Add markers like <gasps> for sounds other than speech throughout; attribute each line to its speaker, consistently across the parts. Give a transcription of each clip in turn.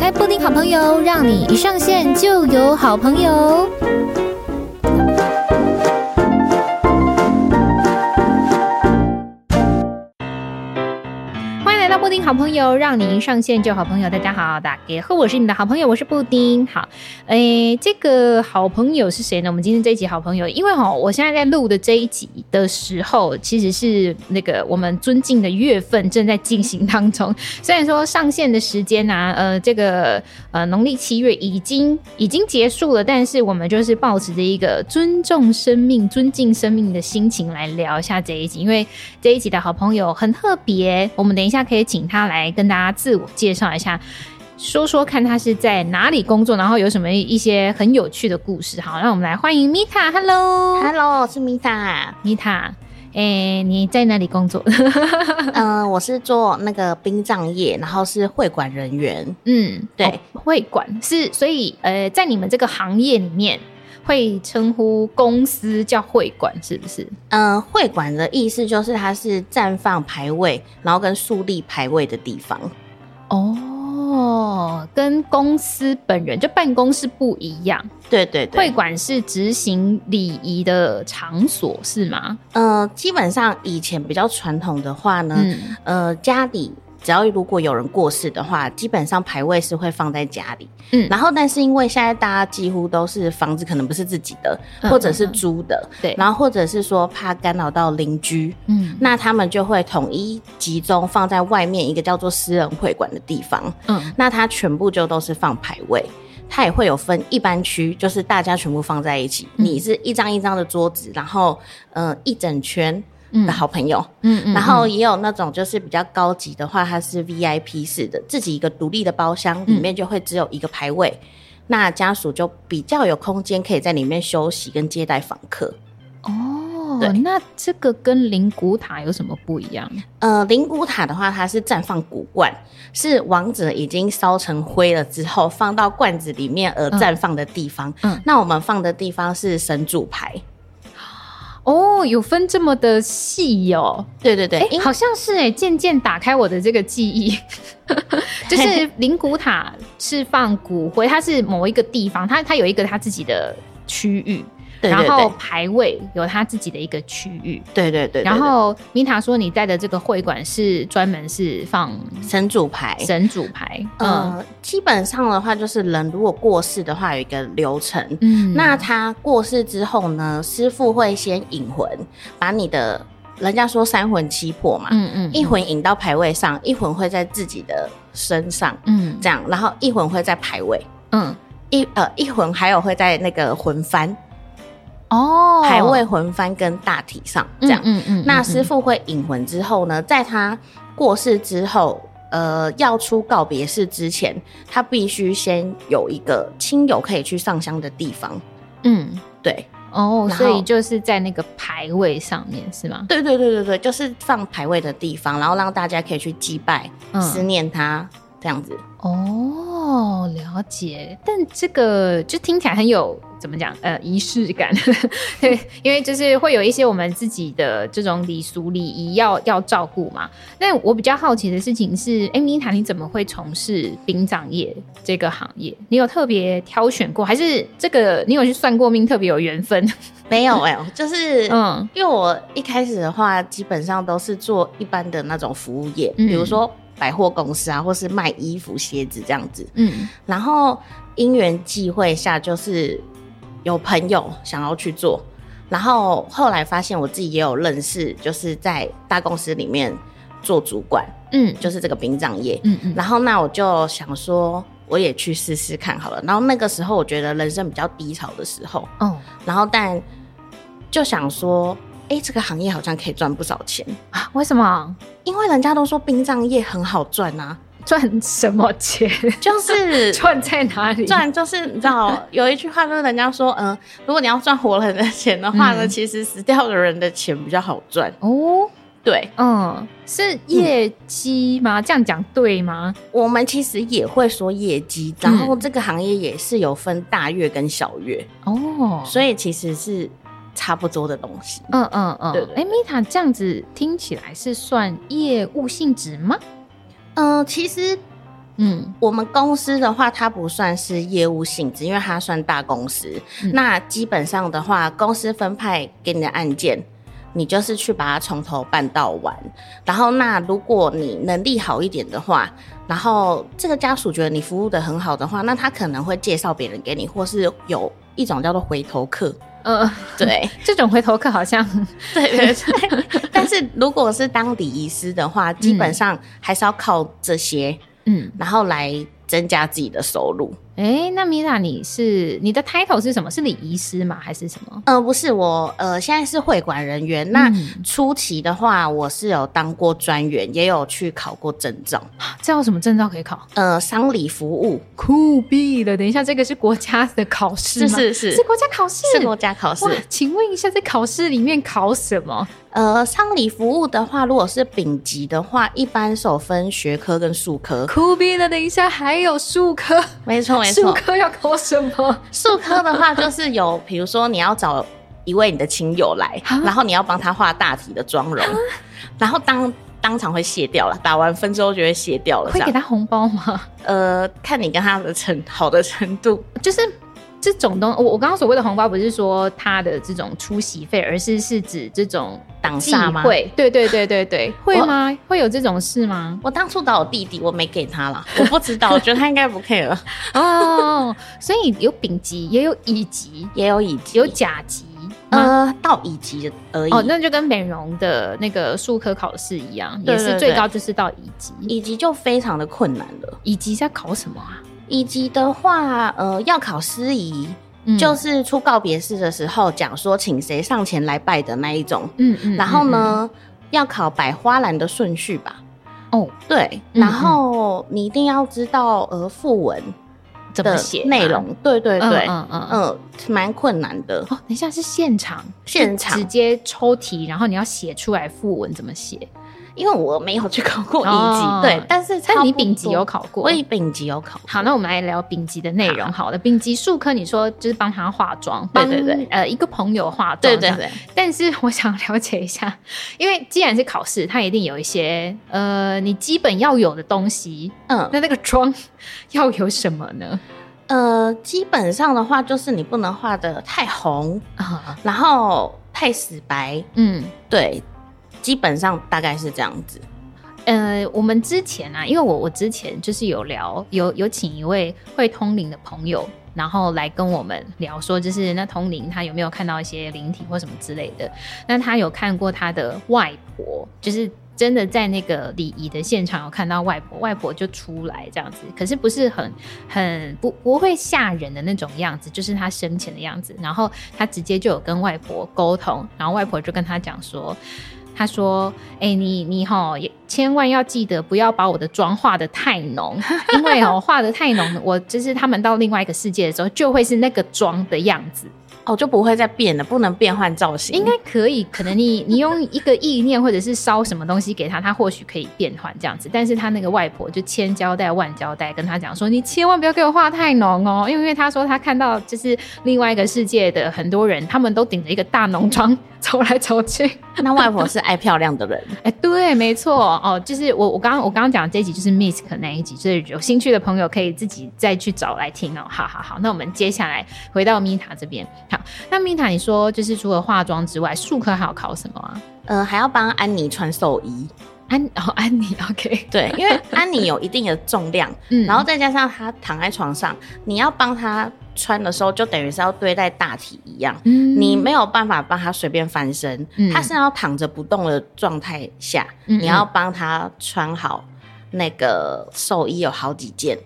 Speaker 1: 开布丁好朋友，让你一上线就有好朋友。欢迎来到布丁好朋友，让你一上线就好朋友。大家好，打给和我是你的好朋友，我是布丁。好，诶，哎这个好朋友是谁呢？我们今天这一集好朋友，因为哈、我现在在录的这一集的时候，其实是那个我们尊敬的月份正在进行当中。 <laughs> 虽然说上线的时间啊，呃，这个呃农历七月已经已经结束了，但是我们就是保持着一个尊重生命、尊敬生命的心情来聊一下这一集，因为这一集的好朋友很特别，我们等一下可以请他来跟大家自我介绍一下。说说看他是在哪里工作，然后有什么一些很有趣的故事。好，让我们来欢迎米塔。Hello，Hello，
Speaker 2: Hello，我是米
Speaker 1: <laughs>
Speaker 2: 塔。
Speaker 1: 米塔，哎，你在哪里工作？
Speaker 2: 嗯、我是做那个殡葬业，然后是会馆人员。
Speaker 1: 嗯，
Speaker 2: 对
Speaker 1: 哦会馆是，所以呃，在你们这个行业里面，会称呼公司叫会馆，是不是？
Speaker 2: 嗯、会馆的意思就是它是绽放牌位，然后跟树立牌位的地方。
Speaker 1: 哦，跟公司本人就办公室不一样，
Speaker 2: 对对
Speaker 1: 会
Speaker 2: 对，
Speaker 1: 馆是执行礼仪的场所，是吗？
Speaker 2: 嗯、基本上以前比较传统的话呢，
Speaker 1: 嗯，
Speaker 2: 呃，家里只要如果有人过世的话，基本上牌位是会放在家里。
Speaker 1: 嗯
Speaker 2: 然后但是因为现在大家几乎都是房子可能不是自己的，
Speaker 1: 嗯
Speaker 2: 或者是租的，
Speaker 1: 对，
Speaker 2: 然后或者是说怕干扰到邻居，
Speaker 1: 嗯
Speaker 2: 那他们就会统一集中放在外面一个叫做私人会馆的地方。
Speaker 1: 嗯
Speaker 2: 那它全部就都是放牌位，它也会有分一般区，就是大家全部放在一起，
Speaker 1: 嗯
Speaker 2: 你是一张一张的桌子，然后呃一整圈
Speaker 1: 嗯
Speaker 2: 的好朋友。
Speaker 1: 嗯嗯
Speaker 2: 然后也有那种就是比较高级的话，它是 VIP 式的，自己一个独立的包厢，
Speaker 1: 嗯
Speaker 2: 里面就会只有一个牌位。那家属就比较有空间，可以在里面休息跟接待访客。
Speaker 1: 哦
Speaker 2: 对，
Speaker 1: 那这个跟灵骨塔有什么不一样？
Speaker 2: 呃，灵骨塔的话，它是绽放骨罐，是王者已经烧成灰了之后，放到罐子里面而绽放的地方。
Speaker 1: 嗯嗯
Speaker 2: 那我们放的地方是神主牌。
Speaker 1: 哦，有分这么的细哦。
Speaker 2: 对对对，
Speaker 1: 哎、
Speaker 2: 因
Speaker 1: 好像是哎、渐渐打开我的这个记
Speaker 2: <laughs>
Speaker 1: 忆，就是灵骨塔是放骨灰，它是某一个地方，它它有一个它自己的区域，
Speaker 2: 对对
Speaker 1: 然后
Speaker 2: 对
Speaker 1: 牌位有它自己的一个区域。
Speaker 2: 对对对对，
Speaker 1: 然后米塔说，你带的这个会馆是专门是放
Speaker 2: 对神主牌。
Speaker 1: 神主牌，嗯
Speaker 2: 呃，基本上的话，就是人如果过世的话，有一个流程。
Speaker 1: 嗯，
Speaker 2: 那他过世之后呢，师傅会先引魂，把你的人家说三魂七魄嘛，
Speaker 1: 嗯嗯
Speaker 2: 一魂引到牌位上，一魂会在自己的身上，
Speaker 1: 嗯
Speaker 2: 这样，然后一魂会在牌位，
Speaker 1: 嗯
Speaker 2: 一呃一魂还有会在那个魂幡、
Speaker 1: 哦
Speaker 2: 牌位魂幡跟大体上这样。
Speaker 1: 嗯嗯
Speaker 2: 那师
Speaker 1: 傅
Speaker 2: 傅会引魂之后呢，在他过世之后，呃，要出告别式之前，他必须先有一个亲友可以去上香的地方。
Speaker 1: 嗯
Speaker 2: 对，
Speaker 1: 哦，
Speaker 2: 然后
Speaker 1: 所以就是在那个牌位上面是吗？
Speaker 2: 对对对对对，就是放牌位的地方，然后让大家可以去祭拜、
Speaker 1: 嗯
Speaker 2: 思念他这样子。
Speaker 1: 哦，了解。但这个就听起来很有怎么讲？呃，仪式感。 <laughs> 对，因为就是会有一些我们自己的这种礼俗礼仪要要照顾嘛。那我比较好奇的事情是，哎，米塔，你怎么会从事殡葬业这个行业？你有特别挑选过，还是这个你有去算过命，特别有缘分？
Speaker 2: 没有哎、我就是
Speaker 1: 嗯
Speaker 2: 因为我一开始的话，基本上都是做一般的那种服务业，
Speaker 1: 嗯
Speaker 2: 比如说百货公司啊，或是卖衣服、鞋子这样子。
Speaker 1: 嗯
Speaker 2: 然后因缘际会下，就是有朋友想要去做，然后后来发现我自己也有认识，就是在大公司里面做主管，
Speaker 1: 嗯
Speaker 2: 就是这个殡葬业。
Speaker 1: 嗯嗯，
Speaker 2: 然后那我就想说，我也去试试看好了。然后那个时候我觉得人生比较低潮的时候，
Speaker 1: 哦
Speaker 2: 然后但就想说，哎，这个行业好像可以赚不少钱，
Speaker 1: 啊，为什么
Speaker 2: 因为人家都说殡葬业很好赚
Speaker 1: <laughs>
Speaker 2: 啊，
Speaker 1: 赚什么钱？
Speaker 2: 就是
Speaker 1: 赚在哪里？
Speaker 2: 赚就是你知道有一句话就是人家说，嗯、如果你要赚活人的钱的话呢，
Speaker 1: 嗯
Speaker 2: 其实死掉的人的钱比较好赚。
Speaker 1: 哦。
Speaker 2: 对
Speaker 1: 嗯，是业绩吗？这样讲对吗？
Speaker 2: 我们其实也会说业绩，
Speaker 1: 嗯
Speaker 2: 然后这个行业也是有分大月跟小月，
Speaker 1: 哦，
Speaker 2: 所以其实是差不多的东西。
Speaker 1: 嗯嗯嗯，
Speaker 2: 对对
Speaker 1: 哎、米塔这样子听起来是算业务性质吗？
Speaker 2: 呃嗯、其实
Speaker 1: 嗯
Speaker 2: 我们公司的话，它不算是业务性质，因为它算大公司。
Speaker 1: 嗯
Speaker 2: 那基本上的话，公司分派给你的案件，你就是去把它从头办到完。然后，那如果你能力好一点的话，然后这个家属觉得你服务的很好的话，那他可能会介绍别人给你，或是有一种叫做回头客。
Speaker 1: 呃， <laughs>
Speaker 2: 对，
Speaker 1: 这种回头客好像
Speaker 2: 对对对。但是如果是当礼仪师的话，基本上还是要靠这些，
Speaker 1: 嗯，
Speaker 2: 然后来增加自己的收入。
Speaker 1: 哎，那米娜你是你的 title 是什么？是礼仪师吗？还是什么？
Speaker 2: 呃，不是我，呃，现在是会馆人员。那
Speaker 1: 嗯
Speaker 2: 初期的话，我是有当过专员，也有去考过证照。
Speaker 1: 这要什么证照可以考？
Speaker 2: 呃，丧礼服务
Speaker 1: 酷毙了！等一下，这个是国家的考试吗？
Speaker 2: 是是
Speaker 1: 是国家考试。
Speaker 2: 是国家考试
Speaker 1: 哇。，请问一下，在考试里面考什么？
Speaker 2: 呃，丧礼服务的话，如果是丙级的话，一般手分学科跟术科。
Speaker 1: 酷毙了！等一下还有数科，
Speaker 2: 没错没
Speaker 1: 数
Speaker 2: 错，
Speaker 1: 科要考什么？
Speaker 2: 术科的话就是有，比如说你要找一位你的亲友来
Speaker 1: 啊，
Speaker 2: 然后你要帮他画大体的妆容，然后当当场会卸掉了，打完分之后就会卸掉了。这
Speaker 1: 会
Speaker 2: 样。
Speaker 1: 给他红包吗？
Speaker 2: 呃，看你跟他的程好的程度。
Speaker 1: 就是这种东，我我刚刚所谓的红包，不是说他的这种出席费，而是是指这种
Speaker 2: 挡
Speaker 1: 忌
Speaker 2: 煞吗哦
Speaker 1: 讳。对对对对对，会吗？会有这种事
Speaker 2: <laughs>
Speaker 1: 吗？
Speaker 2: <laughs> 我当初找我弟弟，我没给 <laughs> 他了，我不知道，我觉得他应该不 care。
Speaker 1: 哦，所以有丙级，也有乙级，
Speaker 2: 也有乙级，
Speaker 1: 有甲级。吗
Speaker 2: 呃到乙级而已。
Speaker 1: 哦，那就跟美容的那个术科考试一样，
Speaker 2: 对
Speaker 1: 也
Speaker 2: 对
Speaker 1: 是
Speaker 2: 对
Speaker 1: 最高就是到乙级。
Speaker 2: 乙级就非常的困难了。
Speaker 1: 乙级在考什么啊？
Speaker 2: 乙级的话，呃，要考司仪，
Speaker 1: 嗯
Speaker 2: 就是出告别式的时候讲说请谁上前来拜的那一种。
Speaker 1: 嗯嗯
Speaker 2: 然后？呢，要考摆花篮的顺序吧。
Speaker 1: 哦，
Speaker 2: 对，
Speaker 1: 嗯
Speaker 2: 然后你一定要知道呃副文
Speaker 1: 嗯怎么
Speaker 2: 的
Speaker 1: 写
Speaker 2: 内？容。对对
Speaker 1: 嗯
Speaker 2: 对，
Speaker 1: 嗯嗯嗯。
Speaker 2: 啊嗯，蛮困难的。
Speaker 1: 哦，等一下是现场，
Speaker 2: 现场
Speaker 1: 就直接抽题，然后你要写出来副文怎么写。
Speaker 2: 因为我没有去考过乙级，
Speaker 1: 哦
Speaker 2: 对，但是差不多
Speaker 1: 但你丙级有，考过？
Speaker 2: 我以丙级有考过。
Speaker 1: 好，那我们来聊丙级的内容好了。丙级术科，你说就是帮他化妆，
Speaker 2: 对对对
Speaker 1: 帮呃，一个朋友化妆，
Speaker 2: 对对。对，
Speaker 1: 但是 <laughs> 我想了解一下，因为既然是考试，它一定有一些呃，你基本要有的东西。
Speaker 2: 嗯
Speaker 1: 那那个妆 <laughs> 要有什么呢？
Speaker 2: 呃，基本上的话就是你不能画的太红，
Speaker 1: 啊，
Speaker 2: 然后太死白，
Speaker 1: 嗯。
Speaker 2: 对，基本上大概是这样子。
Speaker 1: 呃，我们之前啊，因为我我之前就是有聊，有有请一位会通灵的朋友，然后来跟我们聊说，就是那通灵他有没有看到一些灵体或什么之类的。那他有看过他的外婆，就是真的在那个礼仪的现场有看到外婆，外婆就出来这样子，可是不是很很不不会吓人的那种样子，就是他生前的样子。然后他直接就有跟外婆沟通，然后外婆就跟他讲说。他说：“哎、你你吼，也千万要记得不要把我的妆化的太浓，因为哦， <laughs> 化的太浓，我就是他们到另外一个世界的时候，就会是那个妆的样子。
Speaker 2: 哦，就不会再变了，不能变换造型。
Speaker 1: 应该可以，可能你你用一个意念或者是烧什么东西给他，他或许可以变换这样子。但是他那个外婆就千交代万交代，跟他讲说，你千万不要给我画太浓哦，因为因为他说他看到就是另外一个世界的很多人，他们都顶着一个大浓妆 <laughs> 走来走去。
Speaker 2: <laughs> 那外婆是爱漂亮的 <laughs> 人，
Speaker 1: 哎，对，没错哦，就是我我刚刚我刚刚讲的这一集就是 Misk 那一集，就是有兴趣的朋友可以自己再去找来听哦。好好好，那我们接下来回到 Mita 这边。好，那 Mita 你说就是除了化妆之外，术科还要考什么啊？
Speaker 2: 呃，还要帮安妮穿寿衣。
Speaker 1: 安哦，安妮，OK，
Speaker 2: 对，因为安妮有一定的重 <laughs> 量，
Speaker 1: 嗯
Speaker 2: 然后再加上她躺在床上，你要帮她穿的时候，就等于是要对待大体一样。
Speaker 1: 嗯
Speaker 2: 你没有办法帮他随便翻身，
Speaker 1: 嗯
Speaker 2: 他是要躺着不动的状态下，
Speaker 1: 嗯嗯
Speaker 2: 你要帮他穿好那个寿衣，有好几件，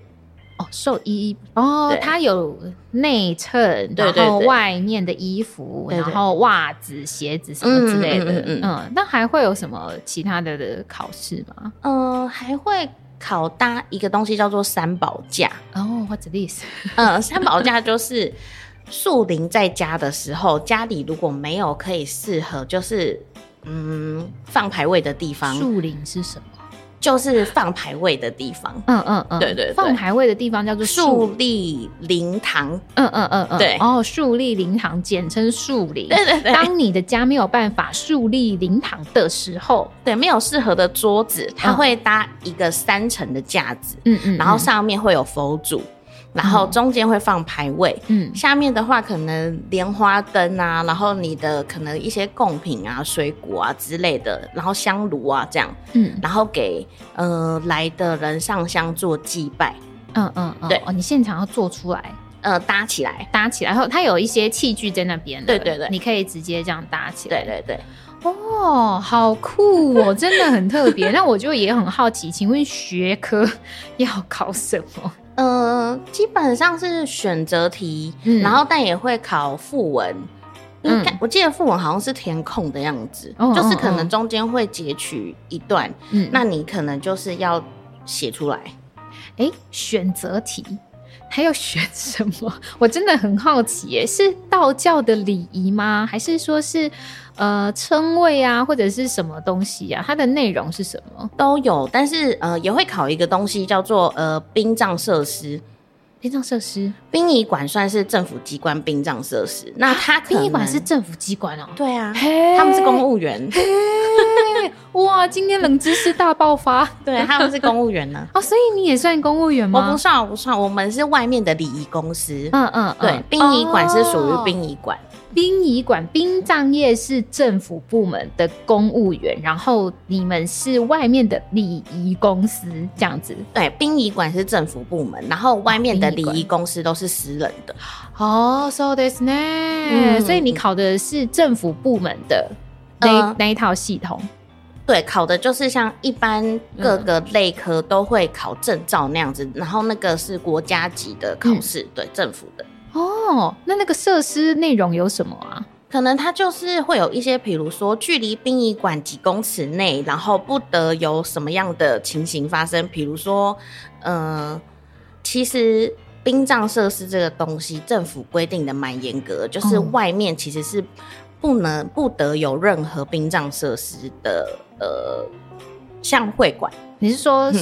Speaker 1: 哦，寿衣哦
Speaker 2: 对，
Speaker 1: 它有内衬，
Speaker 2: 对
Speaker 1: 然
Speaker 2: 对
Speaker 1: 后
Speaker 2: 对
Speaker 1: 外面的衣服，
Speaker 2: 对对
Speaker 1: 然后袜子、鞋子什么之类的，
Speaker 2: 嗯嗯嗯嗯
Speaker 1: 嗯，那还会有什么其他的的考试吗？
Speaker 2: 嗯、还会考搭一个东西叫做三宝架，
Speaker 1: 哦、w h a t s this？
Speaker 2: 嗯、三宝架就是树林在家的时候，家里如果没有可以适合就是嗯放牌位的地方，
Speaker 1: 树林是什么？
Speaker 2: 就是放牌位的地方，
Speaker 1: 嗯嗯嗯，
Speaker 2: 对对对
Speaker 1: 放牌位的地方叫做
Speaker 2: 树
Speaker 1: 树，
Speaker 2: 立灵堂。
Speaker 1: 嗯嗯嗯嗯，
Speaker 2: 对
Speaker 1: 哦，树立灵堂，简称树林。
Speaker 2: 对对对，
Speaker 1: 当你的家没有办法树立灵堂的时候，
Speaker 2: 对没有适合的桌子，它
Speaker 1: 嗯
Speaker 2: 会搭一个三层的架子，
Speaker 1: 嗯嗯，
Speaker 2: 然后上面会有佛祖，然后中间会放牌位，
Speaker 1: 嗯，
Speaker 2: 下面的话可能莲花灯啊，然后你的可能一些贡品啊、水果啊之类的，然后香炉啊这样，
Speaker 1: 嗯
Speaker 2: 然后给呃来的人上香做祭拜，
Speaker 1: 嗯嗯嗯，
Speaker 2: 对
Speaker 1: 哦，你现场要做出来。
Speaker 2: 呃搭起来。
Speaker 1: 搭起来然后，它有一些器具在那边了，
Speaker 2: 对对对
Speaker 1: 你可以直接这样搭起来。
Speaker 2: 对对对，
Speaker 1: 哦，好酷哦，真的很特别。 <laughs> 那我就也很好奇，请问学科 <laughs> 要考什么？
Speaker 2: 呃，基本上是选择题，
Speaker 1: 嗯
Speaker 2: 然后但也会考副文。应该
Speaker 1: 嗯
Speaker 2: 我记得副文好像是填空的样子，
Speaker 1: 哦
Speaker 2: 就是
Speaker 1: 哦
Speaker 2: 可能
Speaker 1: 哦
Speaker 2: 中间会截取一段，
Speaker 1: 嗯，
Speaker 2: 那你可能就是要写出来。
Speaker 1: 诶，选择题，他要选什么？ <laughs> 我真的很好奇耶，是道教的礼仪吗？还是说是呃称谓啊，或者是什么东西啊？它的内容是什么？
Speaker 2: 都有，但是呃也会考一个东西叫做呃殡葬设施。
Speaker 1: 殡葬设施，
Speaker 2: 殡仪馆算是政府机关殡葬设施，那它可
Speaker 1: 殡
Speaker 2: 能
Speaker 1: 仪馆是政府机关哦，
Speaker 2: 对啊，
Speaker 1: 嘿
Speaker 2: 他们是公务员，
Speaker 1: 务哇，今天冷知识大爆发 <laughs>
Speaker 2: 对，他们是公务员呢、啊
Speaker 1: 哦，所以你也算公务员
Speaker 2: 我
Speaker 1: 吗？
Speaker 2: 不算，我不算，我们是外面的礼仪公司。
Speaker 1: 嗯嗯，哦
Speaker 2: 对
Speaker 1: 嗯，
Speaker 2: 殡仪馆是属于殡仪馆，
Speaker 1: 殡仪馆，殡葬业是政府部门的公务员，然后你们是外面的礼仪公司这样子。
Speaker 2: 对，殡仪馆是政府部门，然后外面的礼
Speaker 1: 哦殡
Speaker 2: 仪
Speaker 1: 仪
Speaker 2: 公司都是私人的。
Speaker 1: 哦、s o this 呢、
Speaker 2: 嗯
Speaker 1: 所以你考的是政府部门的那、
Speaker 2: 呃
Speaker 1: 那一套系统。
Speaker 2: 对，考的就是像一般
Speaker 1: 嗯
Speaker 2: 各个类科都会考证照那样子，然后那个是国家级的考
Speaker 1: 嗯
Speaker 2: 试，对，政府的。
Speaker 1: 哦，那那个设施内容有什么啊？
Speaker 2: 可能它就是会有一些，比如说距离殡仪馆几公尺内，然后不得有什么样的情形发生。比如说，呃，其实殡葬设施这个东西，政府规定的蛮严格，就是
Speaker 1: 嗯
Speaker 2: 外面其实是不能不得有任何殡葬设施的，呃，像会馆，
Speaker 1: 你是说、
Speaker 2: 嗯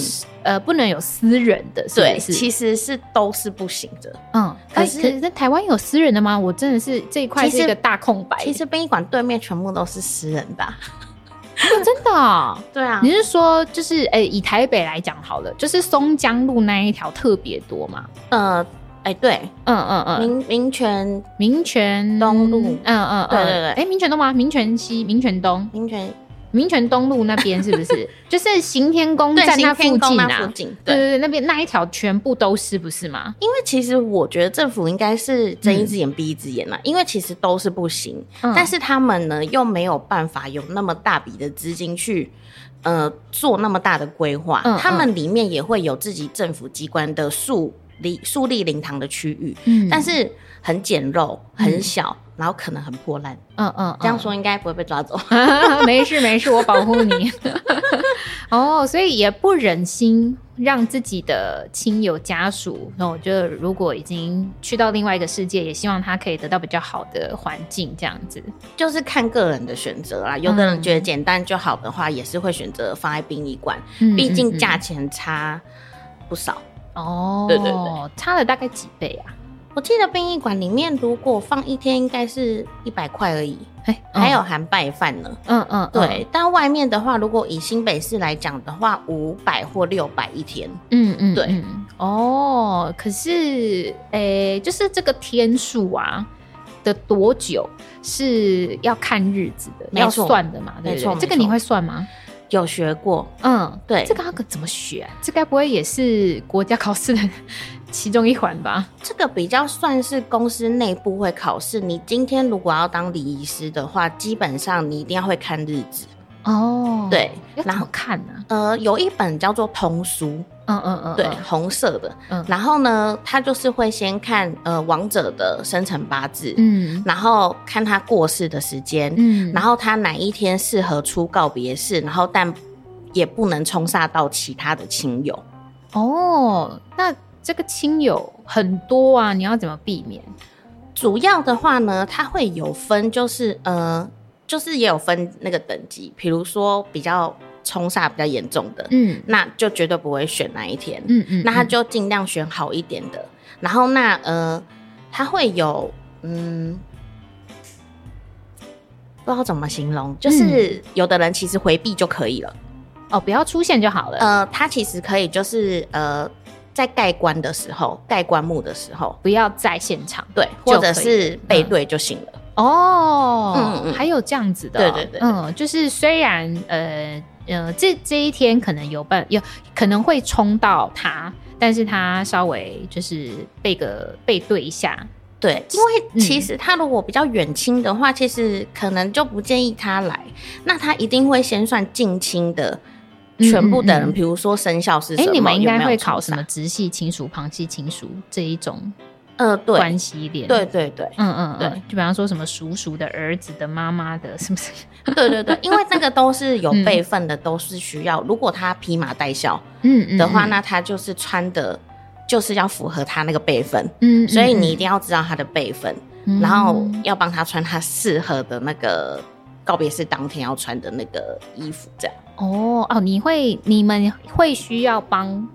Speaker 1: 呃不能有私人的，是
Speaker 2: 对，
Speaker 1: 不是？
Speaker 2: 其实是都是不行的。
Speaker 1: 嗯，
Speaker 2: 可
Speaker 1: 可
Speaker 2: 是
Speaker 1: 是可是在台湾有私人的吗？我真的是这一块
Speaker 2: 其
Speaker 1: 是
Speaker 2: 实
Speaker 1: 一个大空白。
Speaker 2: 其实殡仪馆对面全部都是私人的啊、
Speaker 1: 哦真的哦、
Speaker 2: 对啊
Speaker 1: 你是说就是诶、以台北来讲好了，就是松江路那一条特别多嘛？
Speaker 2: 呃，哎、对，
Speaker 1: 嗯嗯嗯，
Speaker 2: 民民权
Speaker 1: 民权
Speaker 2: 东路
Speaker 1: 嗯嗯嗯，
Speaker 2: 对对对
Speaker 1: 诶、民权东吗？民权西、民权东，
Speaker 2: 民权
Speaker 1: 民权东路那边是不
Speaker 2: <laughs>
Speaker 1: 是？就是行天宫
Speaker 2: 对，
Speaker 1: 站
Speaker 2: 行
Speaker 1: 它附
Speaker 2: 天宫
Speaker 1: 近
Speaker 2: 那
Speaker 1: 啊
Speaker 2: 附。近，
Speaker 1: 对
Speaker 2: 对。
Speaker 1: 对对，那边那一条全部都是，不是吗？
Speaker 2: 因为其实我觉得政府应该是睁一只眼闭一只眼啦、因为其实都是不行，
Speaker 1: 嗯
Speaker 2: 但是他们呢又没有办法有那么大笔的资金去。呃，做那么大的规划，
Speaker 1: 嗯
Speaker 2: 他们里面也会有自己政府机关的树立树立灵堂的区域，
Speaker 1: 嗯
Speaker 2: 但是很简陋、很小，然后可能很破烂。
Speaker 1: 嗯嗯，
Speaker 2: 这样说应该不会被抓走。 <laughs>
Speaker 1: 嗯 <laughs> 没事没事，我保护你。 <laughs> 哦，所以也不忍心让自己的亲友家属，那我觉得如果已经去到另外一个世界，也希望他可以得到比较好的环境，这样子。
Speaker 2: 就是看个人的选择啦，有的人
Speaker 1: 嗯
Speaker 2: 觉得简单就好的话，也是会选择放在殡仪馆，
Speaker 1: 嗯
Speaker 2: 毕竟
Speaker 1: 嗯
Speaker 2: 价钱差不少。
Speaker 1: 嗯哦，
Speaker 2: 对对对，
Speaker 1: 差了大概几倍啊？
Speaker 2: 我记得殡仪馆里面如果放一天，应该是一百块而已，
Speaker 1: 哎，嗯
Speaker 2: 还有含拜饭呢。
Speaker 1: 嗯嗯，嗯
Speaker 2: 对，，但外面的话，如果以新北市来讲的话，五百或六百一天。
Speaker 1: 嗯嗯，
Speaker 2: 对
Speaker 1: 嗯哦，可是诶、就是这个天数啊的多久是要看日子的，
Speaker 2: 没
Speaker 1: 要
Speaker 2: 错
Speaker 1: 算的嘛，对
Speaker 2: 没
Speaker 1: 不
Speaker 2: 错
Speaker 1: 对？
Speaker 2: 没
Speaker 1: 这个你
Speaker 2: 错
Speaker 1: 会算吗？
Speaker 2: 有学过，
Speaker 1: 嗯，
Speaker 2: 对
Speaker 1: 这个要怎么学啊、这该不会也是国家考试的其中一环吧？
Speaker 2: 这个比较算是公司内部会考试。你今天如果要当礼仪师的话，基本上你一定要会看日子。
Speaker 1: 哦，
Speaker 2: 对
Speaker 1: 要怎
Speaker 2: 然
Speaker 1: 么
Speaker 2: 后
Speaker 1: 看呢、
Speaker 2: 呃，有一本叫做《童书》，
Speaker 1: 嗯嗯嗯，
Speaker 2: 对，
Speaker 1: 嗯
Speaker 2: 红色的。
Speaker 1: 嗯
Speaker 2: 然后呢，他就是会先看呃王者的生辰八字，
Speaker 1: 嗯
Speaker 2: 然后看他过世的时间，
Speaker 1: 嗯，
Speaker 2: 然
Speaker 1: 后
Speaker 2: 后他哪一天适合出告别式，然后但也不能冲煞到其他的亲友。
Speaker 1: 哦，那这个亲友很多啊，你要怎么避免？
Speaker 2: 主要的话呢，它会有分，就是呃，就是也有分那个等级，比如说比较冲煞比较严重的，
Speaker 1: 嗯
Speaker 2: 那就绝对不会选那一天。
Speaker 1: 嗯嗯，
Speaker 2: 那他就尽量选好一点的。然后那呃，他会有嗯，不知道怎么形容，
Speaker 1: 嗯
Speaker 2: 就是有的人其实回避就可以了。
Speaker 1: 哦，不要出现就好了，
Speaker 2: 呃，他其实可以就是呃，在盖棺的时候，盖棺木的时候，
Speaker 1: 不要在现场。
Speaker 2: 对，
Speaker 1: 就
Speaker 2: 或
Speaker 1: 可以嗯
Speaker 2: 者是背对就行了。
Speaker 1: 哦，
Speaker 2: 嗯嗯
Speaker 1: 还有这样子的、
Speaker 2: 对对对对
Speaker 1: 嗯，就是虽然呃呃，这这一天可能有办有可能会冲到他，但是他稍微就是背个背对一下，
Speaker 2: 对，因为
Speaker 1: 嗯
Speaker 2: 其实他如果比较远亲的话，其实可能就不建议他来。那他一定会先算近亲的
Speaker 1: 嗯
Speaker 2: 全部的
Speaker 1: 嗯
Speaker 2: 人，
Speaker 1: 嗯
Speaker 2: 比如说生肖是什
Speaker 1: 哎、
Speaker 2: 么，
Speaker 1: 你们应
Speaker 2: 有
Speaker 1: 该
Speaker 2: 没有
Speaker 1: 会
Speaker 2: 冲
Speaker 1: 考什
Speaker 2: 煞
Speaker 1: 么？直系亲属、旁系亲属这一种
Speaker 2: 呃，对，
Speaker 1: 关系链，
Speaker 2: 对对对
Speaker 1: 嗯嗯嗯，
Speaker 2: 对
Speaker 1: 就比方说什么叔叔的儿子的妈妈的，是不是？
Speaker 2: 对对对，因为那个都是有
Speaker 1: <laughs> 嗯
Speaker 2: 备份的，都是需要。如果他披麻戴孝
Speaker 1: 嗯嗯
Speaker 2: 的话，那他就是穿的，就是要符合他那个备份，
Speaker 1: 嗯，嗯
Speaker 2: 所以你一定要知道他的备份，
Speaker 1: 嗯
Speaker 2: 然后要帮他穿他适合的那个告别式当天要穿的那个衣服，这样。
Speaker 1: 哦哦，你会你们会需要帮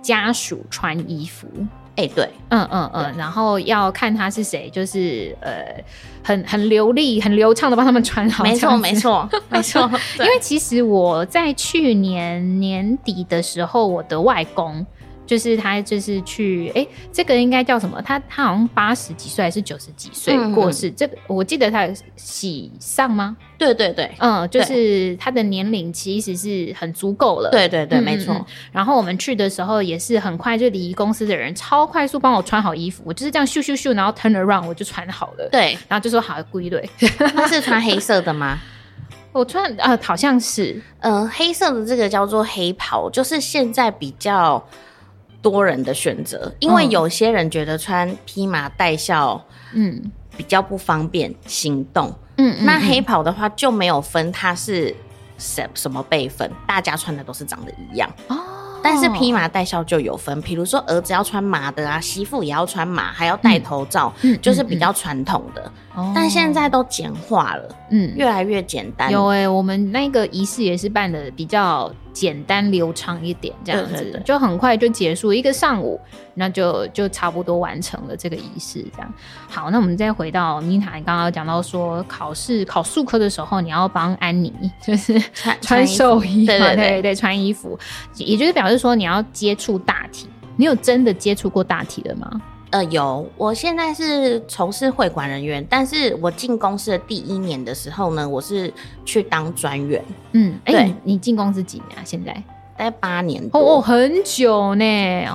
Speaker 1: 家属穿衣服，
Speaker 2: 哎，对
Speaker 1: 嗯嗯嗯，然后要看他是谁，就是呃，很很流利、很流畅的帮他们穿好，
Speaker 2: 没
Speaker 1: 这
Speaker 2: 错
Speaker 1: 样子
Speaker 2: 没。
Speaker 1: <laughs>
Speaker 2: 错没错，
Speaker 1: 因为其实我在去年年底的时候，我的外公就是他，就是去哎、这个应该叫什么？他他好像八十几岁还是九十几岁
Speaker 2: 嗯
Speaker 1: 过世，这个我记得他有喜丧吗？
Speaker 2: 对对对
Speaker 1: 嗯，就是他的年龄其实是很足够了。
Speaker 2: 对对对，没
Speaker 1: 嗯嗯
Speaker 2: 错
Speaker 1: 嗯，然后我们去的时候也是很快，就礼仪公司的人超快速帮我穿好衣服，我就是这样咻咻咻，然后 turn around 我就穿好了，
Speaker 2: 对。
Speaker 1: 然后就说啊好归队。
Speaker 2: 他是穿黑色的吗？
Speaker 1: 我穿呃好像是，
Speaker 2: 嗯，黑色的这个叫做黑袍，就是现在比较多人的选择，因为
Speaker 1: 嗯
Speaker 2: 有些人觉得穿披麻戴孝
Speaker 1: 嗯
Speaker 2: 比较不方便行动，
Speaker 1: 嗯，嗯
Speaker 2: 那
Speaker 1: 嗯
Speaker 2: 黑袍的话就没有分它是什什么辈分，大家穿的都是长得一样。
Speaker 1: 哦，
Speaker 2: 但是披麻戴孝就有分，比如说儿子要穿麻的啊，媳妇也要穿麻，还要戴头罩，
Speaker 1: 嗯
Speaker 2: 就是比较传统的。
Speaker 1: 嗯嗯
Speaker 2: 但现在都简化了，
Speaker 1: 嗯。
Speaker 2: 越来越简单。
Speaker 1: 有哎、我们那个仪式也是办的比较简单流畅一点，这样子
Speaker 2: 对对对
Speaker 1: 就很快就结束一个上午，那就就差不多完成了这个仪式。这样好，那我们再回到妮塔，你刚刚讲到说考试考数科的时候，你要帮安妮就是
Speaker 2: 穿
Speaker 1: 穿
Speaker 2: 衣服
Speaker 1: 寿衣嘛，对
Speaker 2: 对对对
Speaker 1: 对，穿衣服，也就是表示说你要接触大体。你有真的接触过大体的吗？
Speaker 2: 呃，有，我现在是从事会馆人员，但是我进公司的第一年的时候呢，我是去当专员，
Speaker 1: 嗯，哎、
Speaker 2: 对
Speaker 1: 你你进公司几年啊？现在？
Speaker 2: 大概八年多。
Speaker 1: 哦，哦很久呢。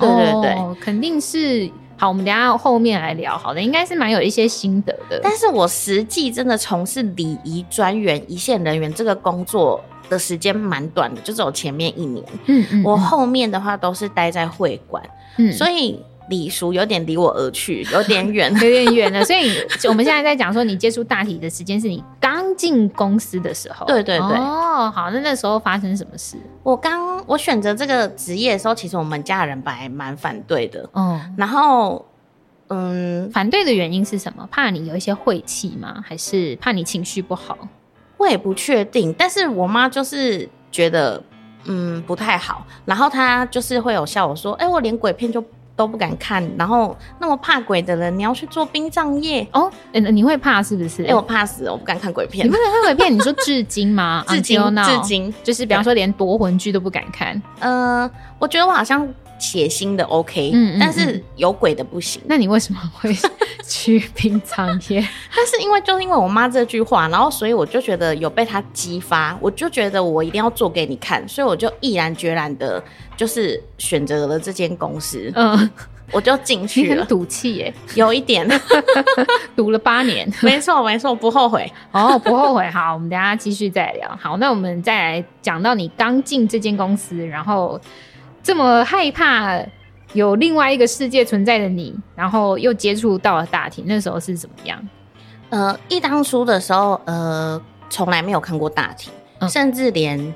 Speaker 1: 对
Speaker 2: 对对
Speaker 1: 哦、肯定是好。我们等一下后面来聊，好的，应该是蛮有一些心得的。
Speaker 2: 但是我实际真的从事礼仪专员、一线人员这个工作的时间蛮短的，就只有前面一年，
Speaker 1: 嗯嗯
Speaker 2: 我后面的话都是待在会馆，
Speaker 1: 嗯
Speaker 2: 所以礼俗有点离我而去，有点
Speaker 1: <laughs>
Speaker 2: 远。
Speaker 1: 有点远了，所以你我们现在在讲说，你接触大体的时间是你刚进公司的时候。
Speaker 2: 对对对
Speaker 1: 哦，好，那那时候发生什么事？
Speaker 2: 我刚我选择这个职业的时候，其实我们家人本来蛮反对的，
Speaker 1: 哦，
Speaker 2: 然后。嗯，
Speaker 1: 反对的原因是什么？怕你有一些晦气吗？还是怕你情绪不好？
Speaker 2: 我也不确定，但是我妈就是觉得，嗯，不太好。然后她就是会有笑我说：“哎、我连鬼片就都不敢看，然后那么怕鬼的人，你要去做殡葬业？
Speaker 1: 哦，呃你会怕是不是？
Speaker 2: 哎、我怕死，我不敢看鬼
Speaker 1: 你
Speaker 2: 片
Speaker 1: 不。能看鬼片，你说至今吗？
Speaker 2: <laughs> 至今
Speaker 1: Until，now
Speaker 2: 至今，
Speaker 1: 就是比方说连夺魂剧都不敢看。
Speaker 2: 嗯、我觉得我好像血腥的 OK，
Speaker 1: 嗯嗯
Speaker 2: 但是有鬼的不行。
Speaker 1: 那你为什么会 <laughs> 去殡葬
Speaker 2: <laughs>
Speaker 1: 业？
Speaker 2: 但是因为就是因为我妈这句话，然后所以我就觉得有被她激发，我就觉得我一定要做给你看，所以我就毅然决然的，就是选择了这间公司，
Speaker 1: 嗯，
Speaker 2: 我就进
Speaker 1: 你
Speaker 2: 去了
Speaker 1: 很。赌气耶，
Speaker 2: 有一 <laughs> 点，
Speaker 1: 赌了八年。
Speaker 2: 没错没错，不后悔。
Speaker 1: 哦，不后悔。好，我们等一下继续再聊。好，那我们再来讲到你刚进这间公司，然后这么害怕有另外一个世界存在的你，然后又接触到了大体，那时候是怎么样？
Speaker 2: 呃，一当初的时候，呃，从来没有看过大体，
Speaker 1: 嗯
Speaker 2: 甚至连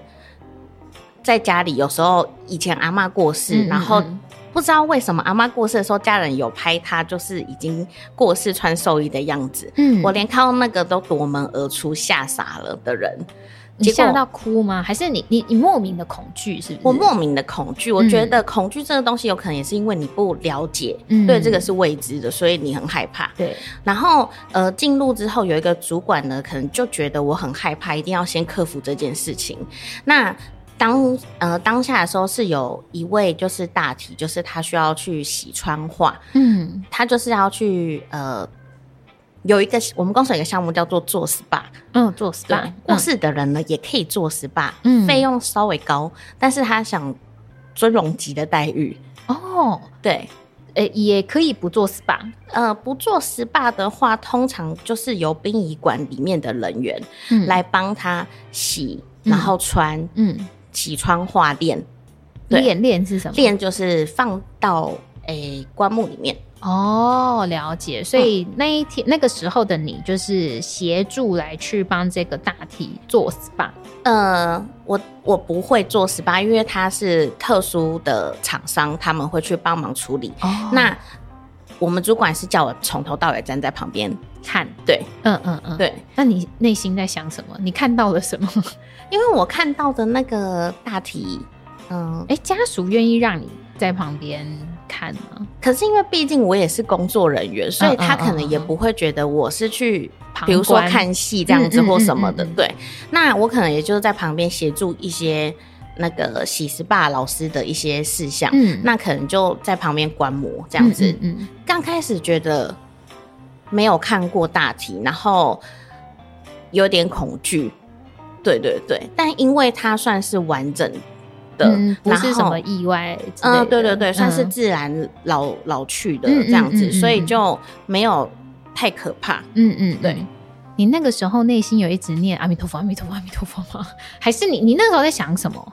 Speaker 2: 在家里有时候以前阿嬷过世，
Speaker 1: 嗯
Speaker 2: 然后
Speaker 1: 嗯
Speaker 2: 不知道为什么阿嬷过世的时候，家人有拍她就是已经过世穿寿衣的样子，
Speaker 1: 嗯
Speaker 2: 我连看到那个都夺门而出吓傻了的人。
Speaker 1: 你
Speaker 2: 结果
Speaker 1: 吓到哭吗？还是你你你莫名的恐惧是不是？
Speaker 2: 我莫名的恐惧，我
Speaker 1: 嗯
Speaker 2: 觉得恐惧这个东西有可能也是因为你不了解，
Speaker 1: 嗯
Speaker 2: 对这个是未知的，所以你很害怕。
Speaker 1: 对，
Speaker 2: 然后呃，进入之后有一个主管呢，可能就觉得我很害怕，一定要先克服这件事情。那当呃当下的时候是有一位就是大体，就是他需要去洗川画，
Speaker 1: 嗯，
Speaker 2: 他就是要去呃有一个我们公司有一个项目叫做做 SPA，
Speaker 1: 嗯，做
Speaker 2: 对
Speaker 1: SPA，，
Speaker 2: 过世的人呢也可以做 SPA，
Speaker 1: 嗯
Speaker 2: 费用稍微高，但是他想尊荣级的待遇，
Speaker 1: 嗯哦，
Speaker 2: 对。
Speaker 1: 呃，也可以不做 SPA，
Speaker 2: 呃，不做 SPA 的话，通常就是由殡仪馆里面的人员
Speaker 1: 嗯，
Speaker 2: 来帮他洗，
Speaker 1: 嗯
Speaker 2: 然后穿、
Speaker 1: 嗯，
Speaker 2: 洗穿化练，对
Speaker 1: 练练是什么？
Speaker 2: 练就是放到诶、棺木里面，
Speaker 1: 哦，了解。所以
Speaker 2: 嗯
Speaker 1: 那一天、那个时候的你，就是协助来去帮这个大体做 SPA。
Speaker 2: 呃，我我不会做 SPA，因为它是特殊的厂商，他们会去帮忙处理。
Speaker 1: 哦
Speaker 2: 那我们主管是叫我从头到尾站在旁边，
Speaker 1: 看，
Speaker 2: 对
Speaker 1: 嗯嗯嗯，。
Speaker 2: 对，
Speaker 1: 那你内心在想什么？你看到了什
Speaker 2: <laughs>
Speaker 1: 么？
Speaker 2: 因为我看到的那个大体，嗯、
Speaker 1: 哎、家属愿意让你在旁边看吗？
Speaker 2: 可是因为毕竟我也是工作人员，所以他
Speaker 1: 嗯
Speaker 2: 可能也
Speaker 1: 嗯嗯
Speaker 2: 不会觉得我是去
Speaker 1: 旁观，
Speaker 2: 比如说看戏这样子
Speaker 1: 嗯嗯
Speaker 2: 或什么
Speaker 1: 嗯
Speaker 2: 的。
Speaker 1: 嗯嗯
Speaker 2: 对，那我可能也就是在旁边协助一些那个洗 SPA 老师的一些事项，
Speaker 1: 嗯
Speaker 2: 那可能就在旁边观摩这样子。
Speaker 1: 嗯嗯
Speaker 2: 刚开始觉得没有看过大题，然后有点恐惧。对对对，但因为它算是完整的，
Speaker 1: 嗯不
Speaker 2: 然
Speaker 1: 是什
Speaker 2: 后
Speaker 1: 么意外之类的。
Speaker 2: 嗯，对对对，算是
Speaker 1: 嗯
Speaker 2: 自然老、老去的
Speaker 1: 嗯嗯
Speaker 2: 这样子，
Speaker 1: 嗯嗯
Speaker 2: 所以
Speaker 1: 嗯
Speaker 2: 就没有太可怕。
Speaker 1: 嗯嗯，
Speaker 2: 对
Speaker 1: 嗯。你那个时候内心有一直念阿弥陀佛、阿弥陀佛、阿弥陀佛吗？还是你你那时候在想什么？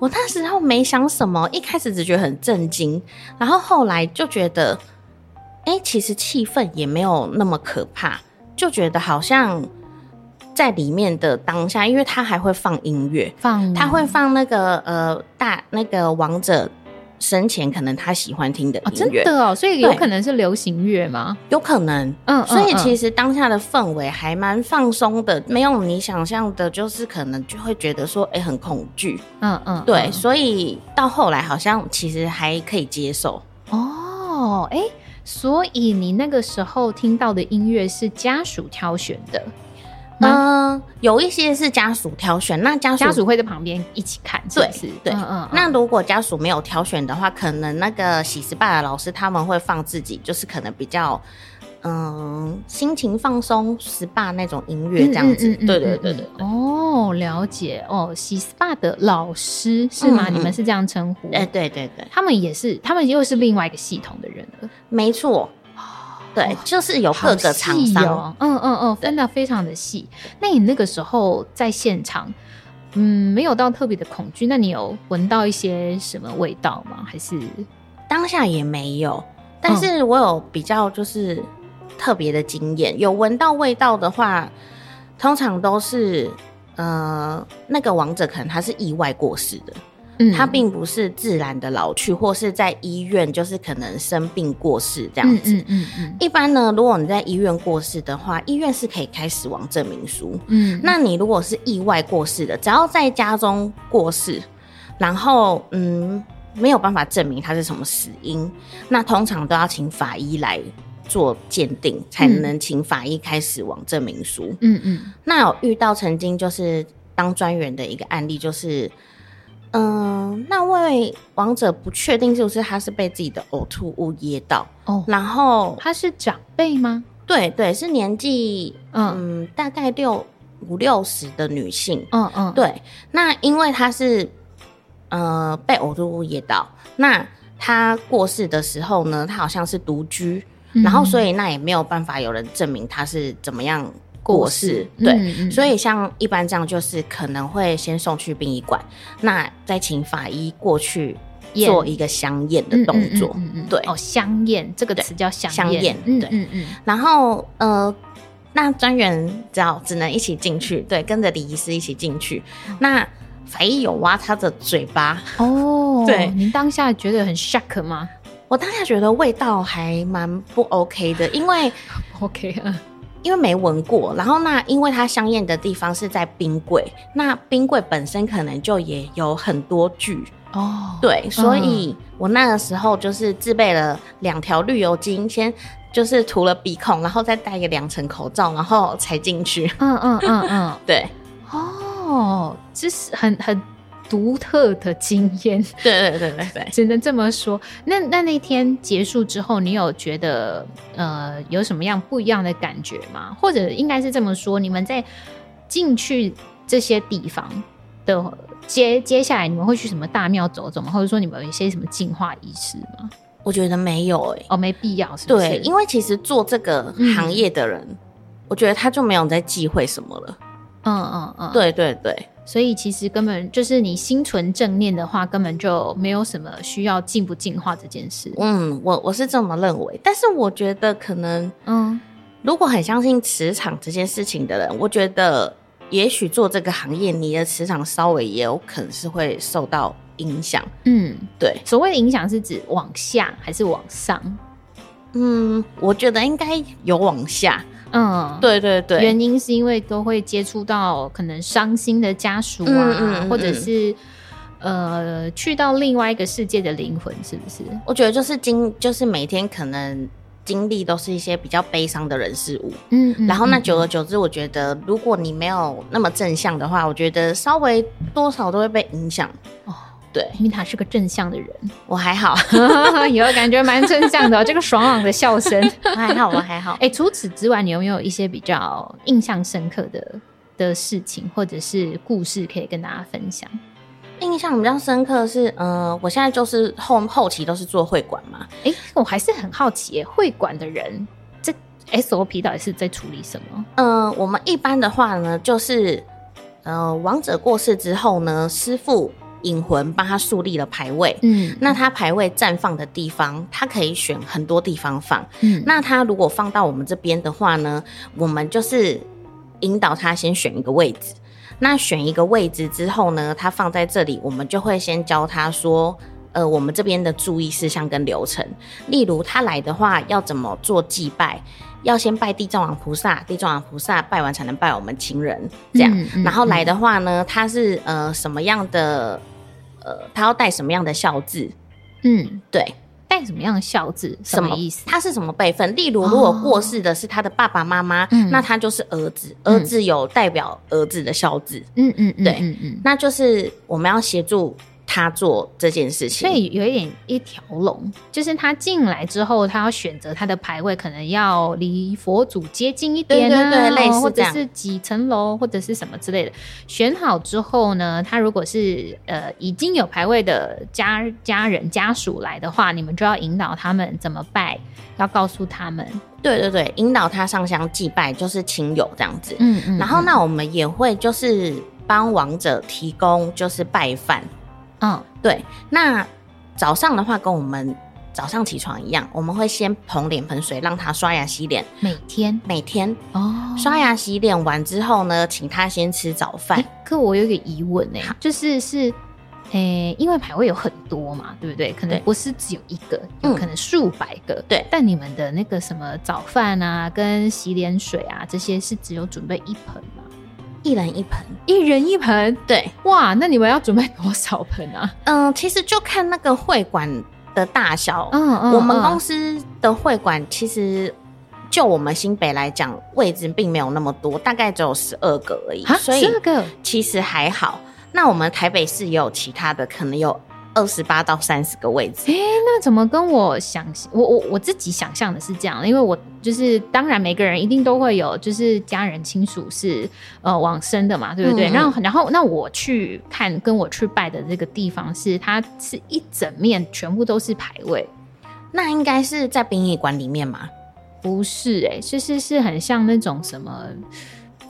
Speaker 2: 我那时候没想什么，一开始只觉得很震惊，然后后来就觉得，哎、其实气氛也没有那么可怕，就觉得好像在里面的当下，因为它还会放音乐，
Speaker 1: 放
Speaker 2: 它会放那个呃大那个王者生前可能他喜欢听的
Speaker 1: 哦，
Speaker 2: 音
Speaker 1: 真
Speaker 2: 乐，
Speaker 1: 的哦，所以有
Speaker 2: 对
Speaker 1: 可能是流行乐吗？
Speaker 2: 有可能
Speaker 1: 嗯，
Speaker 2: 所以其
Speaker 1: 实
Speaker 2: 实当下的氛围还蛮放松的，没有你想象的，就是可能就会觉得说，哎、很恐惧。
Speaker 1: 嗯嗯，
Speaker 2: 对，
Speaker 1: 嗯
Speaker 2: 所以到后来好像其实还可以接受。
Speaker 1: 哦，哎、所以你那个时候听到的音乐是家属挑选的，
Speaker 2: 嗯、
Speaker 1: 吗
Speaker 2: 有一些是家属挑选，那家属
Speaker 1: 家属会在旁边一起看，是不是
Speaker 2: 对对
Speaker 1: 嗯嗯，
Speaker 2: 那如果家属没有挑选的话，可能那个喜事爸的老师他们会放自己，就是可能比较。嗯，心情放松，SPA 那种音乐这样子，对对对对。
Speaker 1: 嗯哦，了解哦，洗 SPA 的老师是吗？
Speaker 2: 嗯嗯
Speaker 1: 你们是这样称呼？
Speaker 2: 哎、对对对，
Speaker 1: 他们也是，他们又是另外一个系统的人了，
Speaker 2: 没错，对，就是有
Speaker 1: 哦好
Speaker 2: 各个厂
Speaker 1: 细
Speaker 2: 商，
Speaker 1: 哦嗯嗯嗯，分的非常的细。那你那个时候在现场，嗯，没有到特别的恐惧，那你有闻到一些什么味道吗？还是
Speaker 2: 当下也没有，但是我有比较就是特别的经验，有闻到味道的话，通常都是呃那个王者可能他是意外过世的，
Speaker 1: 嗯
Speaker 2: 他并不是自然的老去，或是在医院就是可能生病过世这样子。
Speaker 1: 嗯嗯嗯
Speaker 2: 一般呢，如果你在医院过世的话，医院是可以开死亡证明书。
Speaker 1: 嗯，嗯
Speaker 2: 那你如果是意外过世的，只要在家中过世，然后嗯没有办法证明他是什么死因，那通常都要请法医来做鉴定，才
Speaker 1: 嗯
Speaker 2: 能请法医开死亡证明书。
Speaker 1: 嗯嗯
Speaker 2: 那有遇到曾经就是当专员的一个案例，就是，嗯、那位王者不确定是不是他是被自己的呕吐物噎到，
Speaker 1: 哦，
Speaker 2: 然后
Speaker 1: 他是长辈吗？
Speaker 2: 对对，是年纪
Speaker 1: 嗯
Speaker 2: 嗯大概六五六十的女性，
Speaker 1: 嗯嗯，
Speaker 2: 对，那因为她是呃被呕吐物噎到，那她过世的时候呢，她好像是独居，
Speaker 1: 嗯，
Speaker 2: 然后所以那也没有办法有人证明她是怎么样过世，对。
Speaker 1: 对
Speaker 2: 所
Speaker 1: 以
Speaker 2: 以像一般这样，就是可能会先送去殡仪馆，那再请法医过去
Speaker 1: 验
Speaker 2: 做一个相验的动作。
Speaker 1: 嗯嗯嗯嗯嗯
Speaker 2: 对
Speaker 1: 哦，香艳这个
Speaker 2: 对
Speaker 1: 词叫香
Speaker 2: 香
Speaker 1: 艳
Speaker 2: 艳
Speaker 1: 嗯
Speaker 2: 对
Speaker 1: 嗯
Speaker 2: <laughs>
Speaker 1: 嗯，
Speaker 2: 然后呃，那专员只好只能一起进去，对，跟着李医师一起进去。
Speaker 1: 嗯
Speaker 2: 那法医有挖他的嘴巴，
Speaker 1: 哦，
Speaker 2: 对
Speaker 1: 您当下觉得很 shock 吗 <laughs>
Speaker 2: 我当下觉得味道还蛮不 OK 的，因为
Speaker 1: ？OK，嗯
Speaker 2: 因为没闻过，然后那因为它香艳的地方是在冰柜，那冰柜本身可能就也有很多具，
Speaker 1: 哦，
Speaker 2: 对，所以我那个时候就是自备了两条绿油精，先就是涂了鼻孔，然后再戴个两层口罩，然后才进去。 <laughs>
Speaker 1: 嗯嗯嗯嗯，
Speaker 2: 对
Speaker 1: 哦，这是很很独特的经
Speaker 2: <laughs>
Speaker 1: 验，
Speaker 2: 对对对对对，
Speaker 1: 只能这么说。那那那天结束之后，你有觉得呃有什么样不一样的感觉吗？或者应该是这么说，你们在进去这些地方的接接下来，你们会去什么大庙走走吗？或者说你们有一些什么净化仪式吗？
Speaker 2: 我觉得没有哎、
Speaker 1: 哦，没必要，是不是？
Speaker 2: 对，因为其实做这个行业的人，我觉得他就没有在忌讳什么了。
Speaker 1: 嗯嗯嗯，
Speaker 2: 对对对
Speaker 1: 所以其实根本就是你心存正念的话，根本就没有什么需要进不进化这件事。
Speaker 2: 嗯，我我是这么认为，但是我觉得可能
Speaker 1: 嗯
Speaker 2: 如果很相信磁场这件事情的人，我觉得也许做这个行业，你的磁场稍微也有可能是会受到影响。
Speaker 1: 嗯，
Speaker 2: 对，
Speaker 1: 所谓的影响是指往下还是往上？
Speaker 2: 嗯，我觉得应该有往下。
Speaker 1: 嗯，。
Speaker 2: 对对对，
Speaker 1: 原因是因为都会接触到可能伤心的家属啊，
Speaker 2: 嗯嗯嗯
Speaker 1: 或者是呃去到另外一个世界的灵魂，是不是？
Speaker 2: 我觉得就是经，就是每天可能经历都是一些比较悲伤的人事物。
Speaker 1: 嗯，嗯
Speaker 2: 然后那
Speaker 1: 嗯
Speaker 2: 久而久之，我觉得如果你没有那么正向的话，我觉得稍微多少都会被影响。
Speaker 1: 哦
Speaker 2: 哦，对
Speaker 1: 因为他是个正向的
Speaker 2: <laughs>
Speaker 1: 人，
Speaker 2: 我还好，
Speaker 1: 有感觉蛮正向的哦、这个爽朗的笑声。
Speaker 2: <laughs> 我还好，我还好。
Speaker 1: 哎、除此之外，你有没有一些比较印象深刻的的事情，或者是故事可以跟大家分享？
Speaker 2: 印象比较深刻的是，嗯、我现在就是后后期都是做会馆嘛，
Speaker 1: 哎、我还是很好奇耶，会馆的人这 SOP 到底是在处理什么？
Speaker 2: 嗯、我们一般的话呢，就是，呃，亡者过世之后呢，师傅引魂帮他树立了牌位。
Speaker 1: 嗯
Speaker 2: 那他牌位绽放的地方，他可以选很多地方放。
Speaker 1: 嗯
Speaker 2: 那他如果放到我们这边的话呢，我们就是引导他先选一个位置。那选一个位置之后呢，他放在这里，我们就会先教他说，呃，我们这边的注意事项跟流程。例如他来的话，要怎么做祭拜，要先拜地藏王菩萨，地藏王菩萨拜完才能拜我们情人，这样。
Speaker 1: 嗯嗯
Speaker 2: 然后来的话呢，他是呃什么样的，呃，他要带什么样的孝字，
Speaker 1: 嗯，
Speaker 2: 对，
Speaker 1: 带什么样的孝字？什
Speaker 2: 什
Speaker 1: 么
Speaker 2: 么
Speaker 1: 意思？
Speaker 2: 他是什么辈分？例如，如果过世的是他的爸爸妈妈，
Speaker 1: 嗯
Speaker 2: 那他就是儿子，
Speaker 1: 嗯
Speaker 2: 儿子有代表儿子的孝字，
Speaker 1: 嗯嗯嗯，
Speaker 2: 对
Speaker 1: 嗯嗯。
Speaker 2: 那就是我们要协助他做这件事情。
Speaker 1: 所以有一点一条龙，就是他进来之后，他要选择他的牌位，可能要离佛祖接近一点、啊，
Speaker 2: 对对对类似
Speaker 1: 或者
Speaker 2: 这样
Speaker 1: 是几层楼，或者是什么之类的。选好之后呢，他如果是呃已经有牌位的家家人家属来的话，你们就要引导他们怎么拜，要告诉他们。
Speaker 2: 对对对，引导他上香祭拜，就是亲友这样子。
Speaker 1: 嗯嗯
Speaker 2: 然后，那我们也会就是帮亡者提供就是拜饭。
Speaker 1: 嗯
Speaker 2: 对，那早上的话，跟我们早上起床一样，我们会先捧脸盆水让他刷牙洗脸，
Speaker 1: 每天
Speaker 2: 每天
Speaker 1: 哦
Speaker 2: 刷牙洗脸完之后呢，请他先吃早饭
Speaker 1: 欸。可我有一个疑问呢、
Speaker 2: 哎好
Speaker 1: 就是是，诶、因为牌位有很多嘛，对不对？可能
Speaker 2: 对
Speaker 1: 不是只有一个，
Speaker 2: 嗯
Speaker 1: 有可能数百个。
Speaker 2: 对
Speaker 1: 但你们的那个什么早饭啊，跟洗脸水啊，这些是只有准备一盆吗？
Speaker 2: 一人一盆。
Speaker 1: 一人一盆，
Speaker 2: 对，
Speaker 1: 哇，那你们要准备多少盆啊？
Speaker 2: 嗯、其实就看那个会馆的大小。
Speaker 1: 嗯嗯
Speaker 2: 我们公
Speaker 1: 公
Speaker 2: 司的会馆其实就我们新北来讲，位置并没有那么多，大概只有十二个而已
Speaker 1: 啊，，
Speaker 2: 所
Speaker 1: 十
Speaker 2: 以
Speaker 1: 二个，
Speaker 2: 其实还好。那我们台北市也有其他的，可能有二十八到三十个位置。
Speaker 1: 哎、那怎么跟我想我我我自己想象的是这样的，因为我就是当然每个人一定都会有，就是家人亲属是呃往生的嘛，对不对？
Speaker 2: 嗯嗯
Speaker 1: 然后然后那我去看跟我去拜的这个地方是它是一整面全部都是牌位，
Speaker 2: 那应该是在殡仪馆里面嘛？
Speaker 1: 不是哎、就是是很像那种什么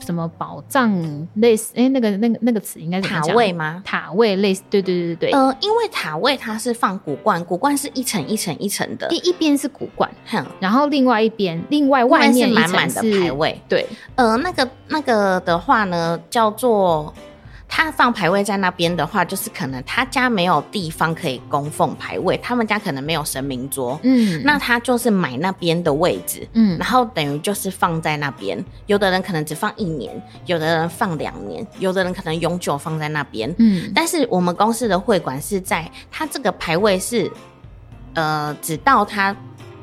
Speaker 1: 什么宝藏类似哎、那个那个那个词应该怎么
Speaker 2: 塔
Speaker 1: 讲
Speaker 2: 位吗？
Speaker 1: 塔位类似对对对对对，
Speaker 2: 呃，因为塔位它是放骨冠，骨冠是一层一层一层的
Speaker 1: 一，一边是骨冠，
Speaker 2: 哼，
Speaker 1: 然后另外一边另外外面
Speaker 2: 是
Speaker 1: 一
Speaker 2: 满
Speaker 1: 层
Speaker 2: 满的
Speaker 1: 是
Speaker 2: 牌位。
Speaker 1: 对。
Speaker 2: 呃，那个那个的话呢，叫做他放牌位在那边的话，就是可能他家没有地方可以供奉牌位，他们家可能没有神明桌，
Speaker 1: 嗯
Speaker 2: 那他就是买那边的位置，
Speaker 1: 嗯
Speaker 2: 然后等于就是放在那边。有的人可能只放一年，有的人放两年，有的人可能永久放在那边。
Speaker 1: 嗯
Speaker 2: 但是我们公司的会馆是在它这个牌位是，呃，直到他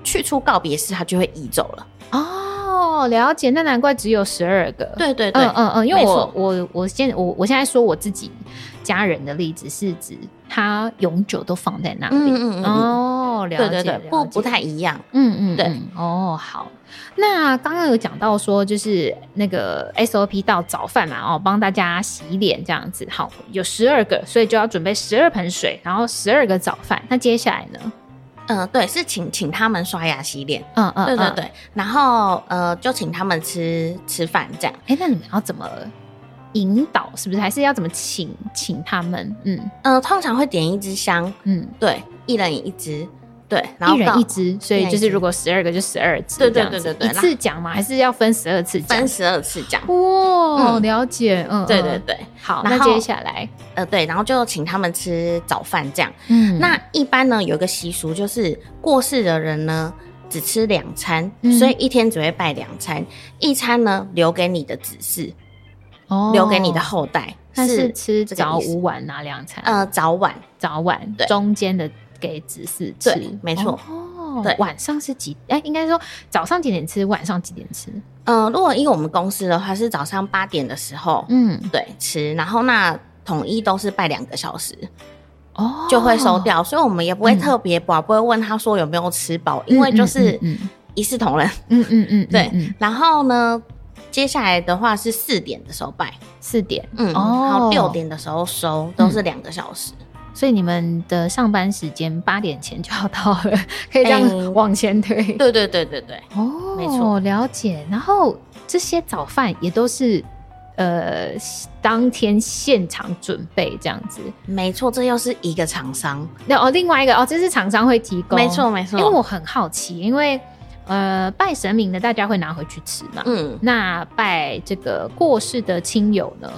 Speaker 2: 去出告别式，他就会移走
Speaker 1: 嗯
Speaker 2: 了。
Speaker 1: 哦，了解，那难怪只有十二个。
Speaker 2: 对对对，
Speaker 1: 嗯嗯嗯，因为
Speaker 2: 没
Speaker 1: 我
Speaker 2: 错
Speaker 1: 我我现我我现在说我自己家人的例子是指他永久都放在那
Speaker 2: 嗯
Speaker 1: 里。
Speaker 2: 嗯嗯嗯，
Speaker 1: 哦，了
Speaker 2: 对
Speaker 1: 解，
Speaker 2: 对对，
Speaker 1: 了
Speaker 2: 不
Speaker 1: 解
Speaker 2: 不太一样。
Speaker 1: 嗯嗯，
Speaker 2: 对
Speaker 1: 嗯哦，好。那刚刚有讲到说，就是那个 SOP 到早饭嘛，哦，帮大家洗脸这样子。好，有十二个，所以就要准备十二盆水，然后十二个早饭。那接下来呢？
Speaker 2: 嗯、对，是请请他们刷牙洗脸。
Speaker 1: 嗯嗯，
Speaker 2: 对对
Speaker 1: 嗯。
Speaker 2: 对，然后呃，就请他们吃吃饭这样。
Speaker 1: 哎、那你们要怎么引导？是不是还是要怎么请请他们？嗯
Speaker 2: 嗯，通常会点一支香，
Speaker 1: 嗯，
Speaker 2: 对，一人一支，对，然后
Speaker 1: 一人
Speaker 2: 告
Speaker 1: 一支，所
Speaker 2: 一
Speaker 1: 以
Speaker 2: 人
Speaker 1: 就
Speaker 2: 一
Speaker 1: 是
Speaker 2: 支
Speaker 1: 如果十二个就十二支，
Speaker 2: 对对
Speaker 1: 这样
Speaker 2: 对
Speaker 1: 子
Speaker 2: 对对
Speaker 1: 一
Speaker 2: 那
Speaker 1: 次讲吗？还是要分十二次讲
Speaker 2: 分？十二次讲。
Speaker 1: 哇、
Speaker 2: 嗯
Speaker 1: 了解，嗯，
Speaker 2: 对对
Speaker 1: 嗯，
Speaker 2: 对，
Speaker 1: 好，
Speaker 2: 然
Speaker 1: 那
Speaker 2: 后
Speaker 1: 接下来，
Speaker 2: 呃对，然后就请他们吃早饭这样。
Speaker 1: 嗯
Speaker 2: 那一般呢有一个习俗就是过世的人呢只吃两餐，
Speaker 1: 嗯
Speaker 2: 所以一天只会拜两餐，一餐呢留给你的子嗣，
Speaker 1: 哦
Speaker 2: 留给你的后代。
Speaker 1: 那是
Speaker 2: 是
Speaker 1: 吃
Speaker 2: 这个
Speaker 1: 早
Speaker 2: 意思
Speaker 1: 午晚哪两餐？
Speaker 2: 呃早晚
Speaker 1: 早晚
Speaker 2: 对
Speaker 1: 中间的给子嗣吃
Speaker 2: 对，没错
Speaker 1: 哦，
Speaker 2: 对
Speaker 1: 晚上是几？哎，应该说早上几点吃，晚上几点吃？
Speaker 2: 呃，如果以我们公司的话是早上八点的时候，
Speaker 1: 嗯，
Speaker 2: 对吃，然后那统一都是拜两个小时。
Speaker 1: 哦，嗯
Speaker 2: 就会收掉，所以我们也不会特别保，不会问他说有没有吃饱，因为就是
Speaker 1: 嗯嗯
Speaker 2: 一视同仁。
Speaker 1: 嗯嗯嗯，嗯
Speaker 2: 对
Speaker 1: 嗯
Speaker 2: 然后呢，接下来的话是四点的时候拜，
Speaker 1: 四点，
Speaker 2: 嗯，
Speaker 1: 哦嗯
Speaker 2: 然后六点的时候收，都是两个小时。
Speaker 1: 所以你们的上班时间八点前就要到了， <laughs> 可以这样
Speaker 2: 嗯
Speaker 1: 往前推。
Speaker 2: 对对对对对，
Speaker 1: 哎哦，
Speaker 2: 没错
Speaker 1: 了解。然后这些早饭也都是呃当天现场准备这样子。
Speaker 2: 没错，这又是一个厂商，
Speaker 1: 那哦，另外一个哦，这是厂商会提供，
Speaker 2: 没错没
Speaker 1: 因
Speaker 2: 错，
Speaker 1: 为我很好奇，因为呃拜神明的大家会拿回去吃嘛，
Speaker 2: 嗯，
Speaker 1: 那拜这个过世的亲友呢？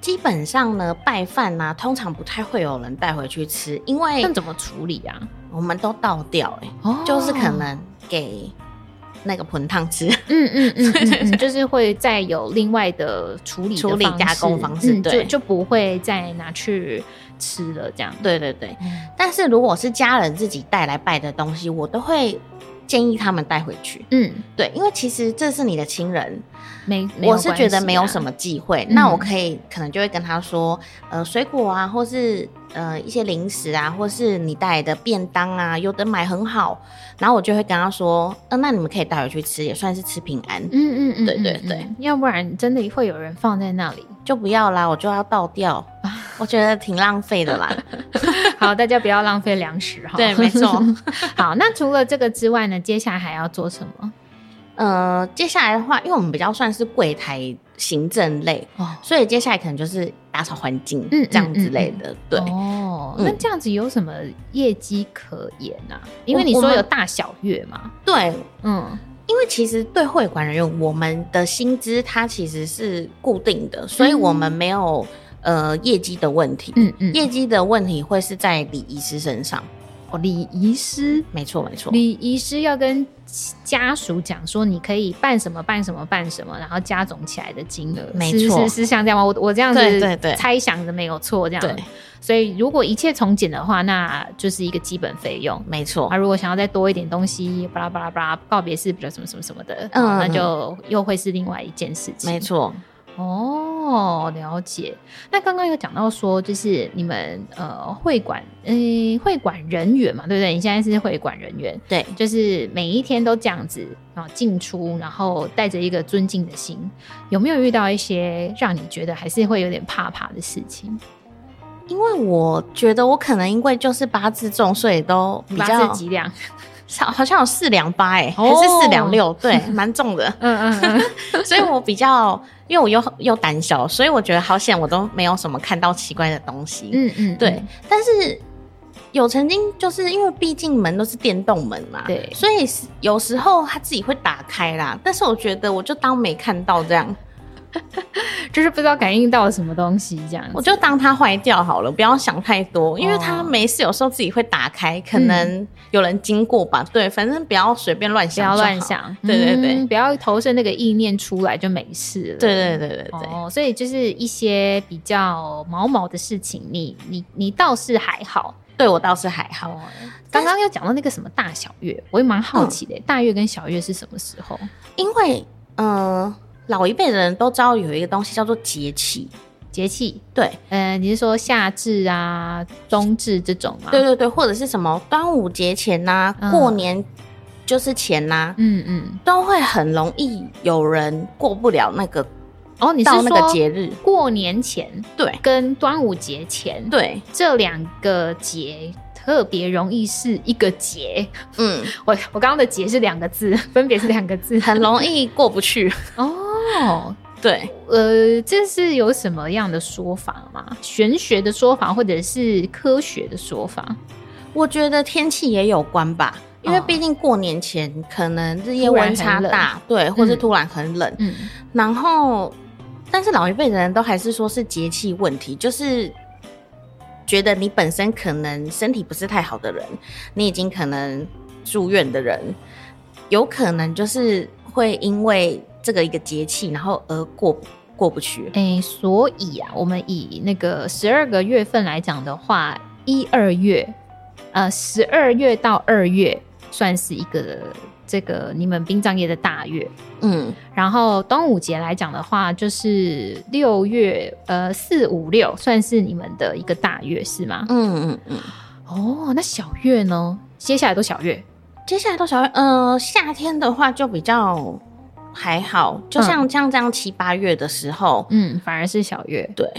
Speaker 2: 基本上呢，拜饭呢、通常不太会有人带回去吃，因为
Speaker 1: 那怎么处理啊？
Speaker 2: 我们都倒掉、欸，
Speaker 1: 哦
Speaker 2: 就是可能给那个盆汤吃。 <laughs>
Speaker 1: <laughs> 嗯嗯嗯嗯嗯，就是会再有另外的处理的
Speaker 2: 处理
Speaker 1: 方式
Speaker 2: 加工方式
Speaker 1: 嗯、就
Speaker 2: 对
Speaker 1: 就不会再拿去吃了这样。
Speaker 2: 对对对，
Speaker 1: 嗯
Speaker 2: 但是如果是家人自己带来拜的东西，我都会建议他们带回去。
Speaker 1: 嗯，
Speaker 2: 对，因为其实这是你的亲人，
Speaker 1: 没，没有啊
Speaker 2: 我是觉得没有啊什
Speaker 1: 么，
Speaker 2: 么忌讳。
Speaker 1: 嗯
Speaker 2: 那我可以可能就会跟他说，呃，水果啊，或是呃一些零食啊，或是你带来的便当啊，有的买很好，然后我就会跟他说，呃，那你们可以带回去吃，也算是吃平安，
Speaker 1: 嗯嗯嗯，
Speaker 2: 对对
Speaker 1: 嗯嗯
Speaker 2: 对
Speaker 1: 要不然真的会有人放在那 <laughs> 里。
Speaker 2: 就不要啦，我就要倒 <laughs> 掉，我觉得挺浪费的啦。
Speaker 1: 好，大家不要浪费粮食哈。
Speaker 2: 对没错。
Speaker 1: <laughs> 好，那除了这个之外呢，接下来还要做什么？
Speaker 2: 呃，接下来的话，因为我们比较算是柜台行政类，
Speaker 1: 哦，
Speaker 2: 所以接下来可能就是打扫环境，
Speaker 1: 嗯
Speaker 2: 这样之类的。对，
Speaker 1: 哦，
Speaker 2: 嗯
Speaker 1: 那这样子有什么业绩可言啊？因为你
Speaker 2: 我
Speaker 1: 说
Speaker 2: 我们
Speaker 1: 有大小月嘛，
Speaker 2: 对，
Speaker 1: 嗯
Speaker 2: 因为其实对会馆人员，我们的薪资它其实是固定的，所以我们没有、呃业绩的问题。
Speaker 1: 嗯嗯，
Speaker 2: 业绩的问题会是在礼仪师身上，
Speaker 1: 哦礼仪师
Speaker 2: 没错没错，
Speaker 1: 礼仪师要跟家属讲说，你可以办什么办什么办什么，然后加总起来的金额，
Speaker 2: 没
Speaker 1: 是
Speaker 2: 错
Speaker 1: 是是像这样吗？我我这样子
Speaker 2: 对对对
Speaker 1: 猜想的没有错，这样
Speaker 2: 对，
Speaker 1: 所以如果一切从简的话，那就是一个基本费用。
Speaker 2: 没错
Speaker 1: 啊，，如果想要再多一点东西，巴拉巴拉巴拉，告别式比较什么什么什么的，
Speaker 2: 嗯
Speaker 1: 嗯，那就又会是另外一件事情。
Speaker 2: 没错。
Speaker 1: 哦，了解。那刚刚有讲到说，就是你们呃会馆，诶、会馆人员嘛，对不对？你现在是会馆人员，
Speaker 2: 对，
Speaker 1: 就是每一天都这样子，然后进出，然后带着一个尊敬的心，有没有遇到一些让你觉得还是会有点怕怕的事情？
Speaker 2: 因为我觉得我可能因为就是八字重，所以都比
Speaker 1: 八
Speaker 2: 较
Speaker 1: 字几两？
Speaker 2: 少，好像有四两八哎，
Speaker 1: 哦
Speaker 2: 还是四两六，
Speaker 1: <laughs>
Speaker 2: 对，蛮重的。
Speaker 1: 嗯嗯 <laughs> 嗯，
Speaker 2: 所以我比较，因为我又又胆小，所以我觉得好险，我都没有什么看到奇怪的东西。
Speaker 1: 嗯嗯，
Speaker 2: 对，但是有曾经就是因为毕竟门都是电动门嘛，
Speaker 1: 对
Speaker 2: 所以是有时候它自己会打开啦。但是我觉得我就当没看到这样，
Speaker 1: <laughs> 就是不知道感应到了什么东西这样
Speaker 2: 我
Speaker 1: 子。
Speaker 2: 就当它坏掉好了，不要想太多，因为它
Speaker 1: 哦嗯
Speaker 2: 没事，有时候自己会打开，可能有人经过吧。对，反正不要随便乱
Speaker 1: 不
Speaker 2: 想，
Speaker 1: 要乱。想，
Speaker 2: 对对对
Speaker 1: 嗯不要投射那个意念出来就没事了。
Speaker 2: 对对对对对，
Speaker 1: 哦，所以就是一些比较毛毛的事情，你你你倒是还好。
Speaker 2: 对我倒是还好。
Speaker 1: 哦，刚刚又讲到那个什么大小月，我也蛮好奇
Speaker 2: 嗯
Speaker 1: 的、大月跟小月是什么时候？
Speaker 2: 因为嗯、呃老一辈的人都知道有一个东西叫做节气，
Speaker 1: 节气？
Speaker 2: 对
Speaker 1: 呃，你是说夏至啊、冬至这种吗？
Speaker 2: 对，对对，或者是什么端午节前呐、
Speaker 1: 嗯
Speaker 2: 过年就是前呐、
Speaker 1: 嗯嗯。
Speaker 2: 都会很容易有人过不了那个
Speaker 1: 哦，你是
Speaker 2: 到那个
Speaker 1: 说
Speaker 2: 节日，
Speaker 1: 过年前
Speaker 2: 对
Speaker 1: 跟端午节前，
Speaker 2: 对，
Speaker 1: 这两个节特别容易是一个节。
Speaker 2: 嗯，
Speaker 1: 我我刚刚的节是两个字， <laughs> 分别是两个
Speaker 2: <laughs>
Speaker 1: 字。
Speaker 2: 很容易过不去， <laughs>
Speaker 1: 哦，
Speaker 2: 对。
Speaker 1: 呃，这是有什么样的说法吗？玄学的说法，或者是科学的说法？
Speaker 2: 我觉得天气也有关吧，因为
Speaker 1: 哦
Speaker 2: 毕竟过年前可能日夜温差
Speaker 1: 突然
Speaker 2: 大，对，或是
Speaker 1: 嗯
Speaker 2: 突然很冷，
Speaker 1: 嗯，
Speaker 2: 然后但是老一辈的人都还是说是节气问题，就是。觉得你本身可能身体不是太好的人，你已经可能住院的人，有可能就是会因为这个一个节气，然后而过过不去。
Speaker 1: 哎、所以啊，我们以那个十二个月份来讲的话，一二月，呃，十二月到二月算是一个这个你们殡葬业的大月。
Speaker 2: 嗯，
Speaker 1: 然后端午节来讲的话，就是六月，呃，四五六算是你们的一个大月是吗？
Speaker 2: 嗯嗯嗯。
Speaker 1: 哦，那小月呢？接下来都小月，
Speaker 2: 接下来都小月，呃，夏天的话就比较还好，就像像这样七八月的时候，
Speaker 1: 嗯，反而是小月。
Speaker 2: 对，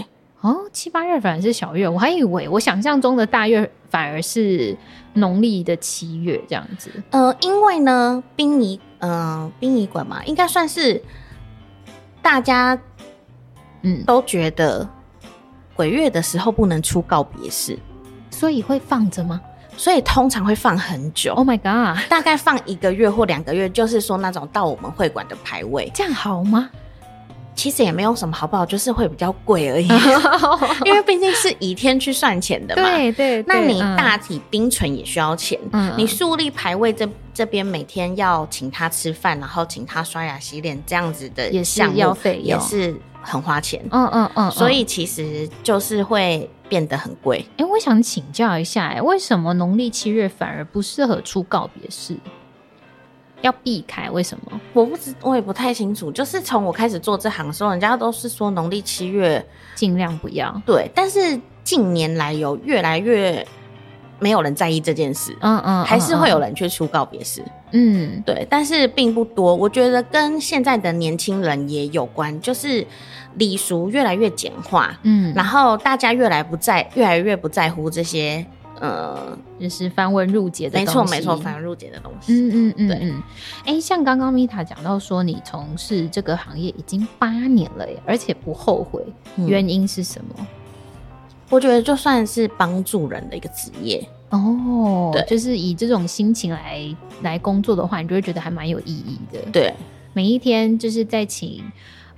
Speaker 1: 哦，七八月反而是小月，我还以为我想象中的大月反而是农历的七月这样子。
Speaker 2: 呃，因为呢，殡仪，呃，殡仪馆嘛，应该算是大家
Speaker 1: 嗯，
Speaker 2: 都觉得鬼月的时候不能出告别式，
Speaker 1: 所以会放着吗
Speaker 2: 所以通常会放很久。
Speaker 1: ？Oh my god， <laughs>
Speaker 2: 大概放一个月或两个月，就是说那种到我们会馆的牌位，
Speaker 1: 这样好
Speaker 2: <laughs>
Speaker 1: 吗？
Speaker 2: 其实也没有什么好不好，就是会比较
Speaker 1: <laughs>
Speaker 2: 贵而已，因为毕竟是以天去算钱的嘛。
Speaker 1: 对对，
Speaker 2: 那
Speaker 1: 对
Speaker 2: 你
Speaker 1: 嗯
Speaker 2: 大体冰存也需要钱，
Speaker 1: 嗯
Speaker 2: 你树立牌位这这边每天要请他吃饭，然后请他刷牙洗脸这样子的
Speaker 1: 也是
Speaker 2: 项目
Speaker 1: 要费
Speaker 2: 也
Speaker 1: 用
Speaker 2: 是很花钱，
Speaker 1: 嗯嗯嗯，
Speaker 2: 所
Speaker 1: 嗯
Speaker 2: 以其实就是会变得很贵。
Speaker 1: 哎、我想请教一下、哎，为什么农历七月反而不适合出告别式？要避开？为什么？
Speaker 2: 我不知我也不太清楚，就是从我开始做这行的时候，人家都是说农历七月
Speaker 1: 尽量不要。
Speaker 2: 对，但是近年来有越来越没有人在意这件事，
Speaker 1: 嗯嗯，
Speaker 2: 还是
Speaker 1: 嗯
Speaker 2: 会有。人去出告别式。
Speaker 1: 嗯
Speaker 2: 对，但是并不多。我觉得跟现在的年轻人也有关，就是礼俗越来越简化，
Speaker 1: 嗯，
Speaker 2: 然后大家越来不在，越来越不在乎这些呃，
Speaker 1: 就是繁文缛节的
Speaker 2: 没错
Speaker 1: 东西
Speaker 2: 没错，反而入节的东西。
Speaker 1: 嗯嗯嗯
Speaker 2: 对
Speaker 1: 嗯，哎、像刚刚 Mita 讲到说，你从事这个行业已经八年了耶，而且不后悔，
Speaker 2: 嗯
Speaker 1: 原因是什么？
Speaker 2: 我觉得就算是帮助人的一个职业，
Speaker 1: 哦
Speaker 2: 对，
Speaker 1: 就是以这种心情来来工作的话，你就会觉得还蛮有意义的。
Speaker 2: 对
Speaker 1: 每一天就是在请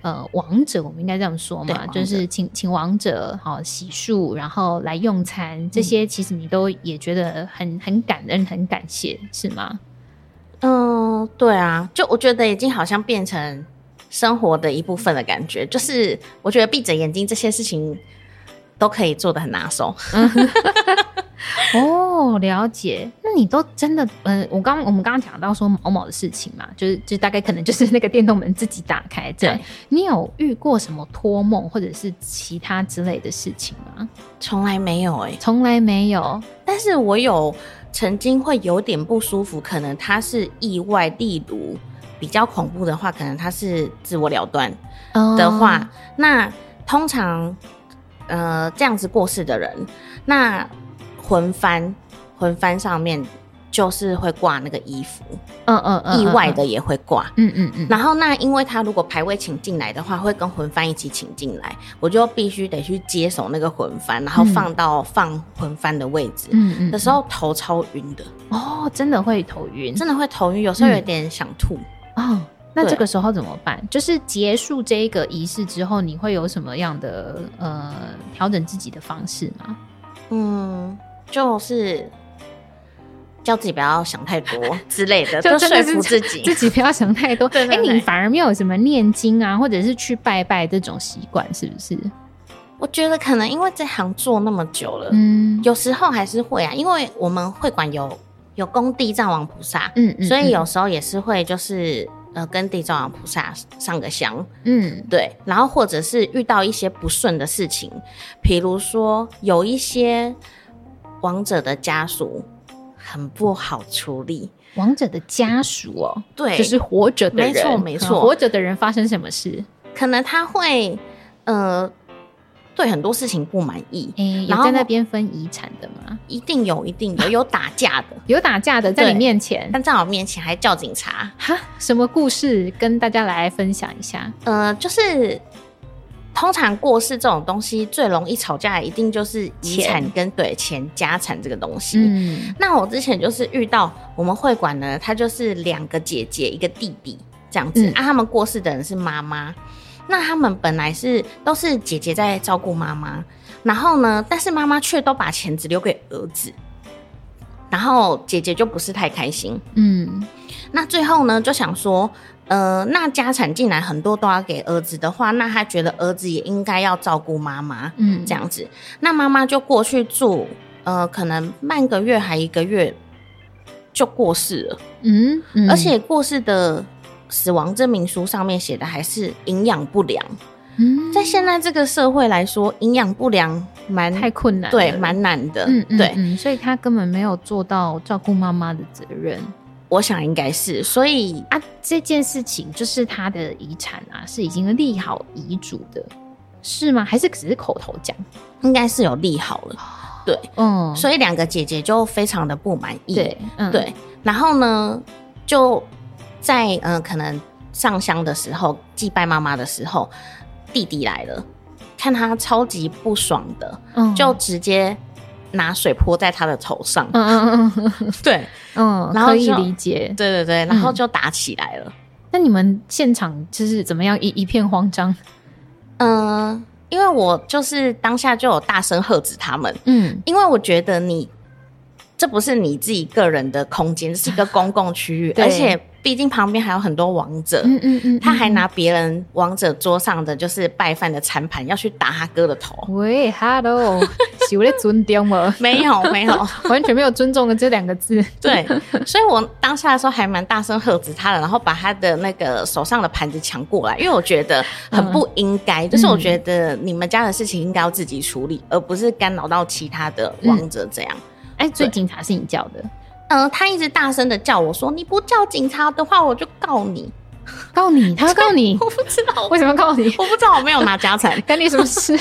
Speaker 1: 呃王者，我们应该这样说嘛，
Speaker 2: 对
Speaker 1: 就是请请王者好、洗漱，然后来用餐，这些其实你都也觉得很很感恩、很感谢，是吗？
Speaker 2: 嗯、对啊，就我觉得已经好像变成生活的一部分的感觉，就是我觉得闭着眼睛这些事情都可以做的很拿手。
Speaker 1: 哦，了解。那你都真的，嗯、我刚我们刚刚讲到说毛毛的事情嘛，就是就大概可能就是那个电动门自己打开这样
Speaker 2: 对。
Speaker 1: 你有遇过什么托梦或者是其他之类的事情吗？
Speaker 2: 从来没有哎、
Speaker 1: 从来没有。
Speaker 2: 但是我有曾经会有点不舒服，可能他是意外，例如比较恐怖的话，可能他是自我了断
Speaker 1: 嗯
Speaker 2: 的话，那通常呃这样子过世的人，那魂幡魂幡上面就是会挂那个衣服，
Speaker 1: 嗯，嗯嗯嗯，
Speaker 2: 意外的也会挂。
Speaker 1: 嗯，嗯嗯嗯，
Speaker 2: 然后，那因为他如果牌位请进来的话，会跟魂幡一起请进来，我就必须得去接手那个魂幡，然后
Speaker 1: 嗯
Speaker 2: 放到放魂幡的位置。
Speaker 1: 嗯嗯
Speaker 2: 的时候头超晕的，
Speaker 1: 哦，真的会头晕，
Speaker 2: 真的会头晕，有时候有点想吐。
Speaker 1: 哦。那
Speaker 2: 对
Speaker 1: 这个时候怎么办？就是结束这一个仪式之后，你会有什么样的呃调整自己的方式吗？
Speaker 2: 嗯，就是叫自己不要想太多
Speaker 1: <laughs>
Speaker 2: 之类的，
Speaker 1: 就
Speaker 2: 就
Speaker 1: 真的
Speaker 2: 说
Speaker 1: 是
Speaker 2: 服自
Speaker 1: 自
Speaker 2: 己。
Speaker 1: 己不要想太多。
Speaker 2: <laughs> 对对
Speaker 1: 哎、
Speaker 2: 对
Speaker 1: 你反而没有什么念经啊，或者是去拜拜这种习惯，是不是？
Speaker 2: 我觉得可能因为这行做那么久了，
Speaker 1: 嗯，
Speaker 2: 有时候还是会啊，因为我们会馆有有供地藏王菩萨，
Speaker 1: 嗯，嗯
Speaker 2: 所以有时候也是会就是呃跟地藏王菩萨上个香，
Speaker 1: 嗯
Speaker 2: 对，然后或者是遇到一些不顺的事情，比如说有一些亡者的家属很不好处理，
Speaker 1: 王者的家属哦，
Speaker 2: 对，
Speaker 1: 就是活着的人，
Speaker 2: 没错没
Speaker 1: 嗯
Speaker 2: 错
Speaker 1: 活着的人发生什么事？
Speaker 2: 可能他会呃对很多事情不满意，
Speaker 1: 哎、有
Speaker 2: 然后
Speaker 1: 在那边分遗产的吗？
Speaker 2: 一定有一定有有打架的， <laughs>
Speaker 1: 有打架的在
Speaker 2: 对
Speaker 1: 你面前，
Speaker 2: 但在我面前还叫警察，
Speaker 1: 哈，什么故事跟大家来分享一下？
Speaker 2: 呃，就是通常过世这种东西最容易吵架，一定就是遗
Speaker 1: 钱
Speaker 2: 产跟对钱家产这个东西。
Speaker 1: 嗯，
Speaker 2: 那我之前就是遇到我们会馆呢，他就是两个姐姐一个弟弟这样子、
Speaker 1: 嗯
Speaker 2: 啊，他们过世的人是妈妈，那他们本来是都是姐姐在照顾妈妈，然后呢，但是妈妈却都把钱只留给儿子，然后姐姐就不是太开心。
Speaker 1: 嗯，
Speaker 2: 那最后呢，就想说，呃，那家产竟然很多都要给儿子的话，那他觉得儿子也应该要照顾妈妈，
Speaker 1: 嗯，
Speaker 2: 这，样子。那妈妈就过去住，呃，可能半个月还一个月就过世了，
Speaker 1: 嗯，嗯
Speaker 2: 而且过世的死亡证明书上面写的还是营养不良。
Speaker 1: 嗯
Speaker 2: 在现在这个社会来说，营养不良蛮
Speaker 1: 太困难了，
Speaker 2: 对蛮难的，
Speaker 1: 嗯，嗯
Speaker 2: 对。
Speaker 1: 嗯，所以他根本没有做到照顾妈妈的责任
Speaker 2: 我想应该是，所以
Speaker 1: 啊。这件事情就是他的遗产啊，是已经立好遗嘱的，是吗？还是只是口头讲？
Speaker 2: 应该是有利好了，对。
Speaker 1: 嗯，
Speaker 2: 所以两个姐姐就非常的不满意。
Speaker 1: 对，嗯，
Speaker 2: 对，然后呢，就在嗯、呃可能上香的时候，祭拜妈妈的时候，弟弟来了，看他超级不爽的，
Speaker 1: 嗯，
Speaker 2: 就直接拿水泼在他的头上。
Speaker 1: 嗯，嗯嗯嗯
Speaker 2: 对，
Speaker 1: 嗯，
Speaker 2: 然后
Speaker 1: 可以
Speaker 2: 就
Speaker 1: 理解。
Speaker 2: 对对
Speaker 1: 嗯
Speaker 2: 对，然后就打起来了。
Speaker 1: 那你们现场就是怎么样？一一片慌张。
Speaker 2: 嗯、因为我就是当下就有大声喝止他们，
Speaker 1: 嗯
Speaker 2: 因为我觉得你这不是你自己个人的空间，这是一个公共区
Speaker 1: <laughs>
Speaker 2: 域，
Speaker 1: 对
Speaker 2: 而且毕竟旁边还有很多王者，
Speaker 1: 嗯嗯嗯，
Speaker 2: 他还
Speaker 1: 嗯
Speaker 2: 拿别人王者桌上的就是拜饭的餐盘要去打他哥的头。
Speaker 1: 喂，Hello，是 <laughs> 我在尊重吗？ <laughs>
Speaker 2: 没有没有，
Speaker 1: 完全没有尊重的这两个字。
Speaker 2: <laughs> 对，所以我当下的时候还蛮大声喝止他的，然后把他的那个手上的盘子抢过来，因为我觉得很
Speaker 1: 嗯
Speaker 2: 不应该，就是我觉得你们家的事情应该要自己处理，而不是干扰到其他的
Speaker 1: 嗯
Speaker 2: 王者这样。
Speaker 1: 哎，所以
Speaker 2: 对
Speaker 1: 警察是你叫的，
Speaker 2: 嗯、他一直大声的叫我说：“你不叫警察的话，我就告你。
Speaker 1: 告你，他要告你”，
Speaker 2: 我不知道，我
Speaker 1: 为什么要告你？，
Speaker 2: 我不知道我没有拿家产
Speaker 1: <laughs> 干你什么事？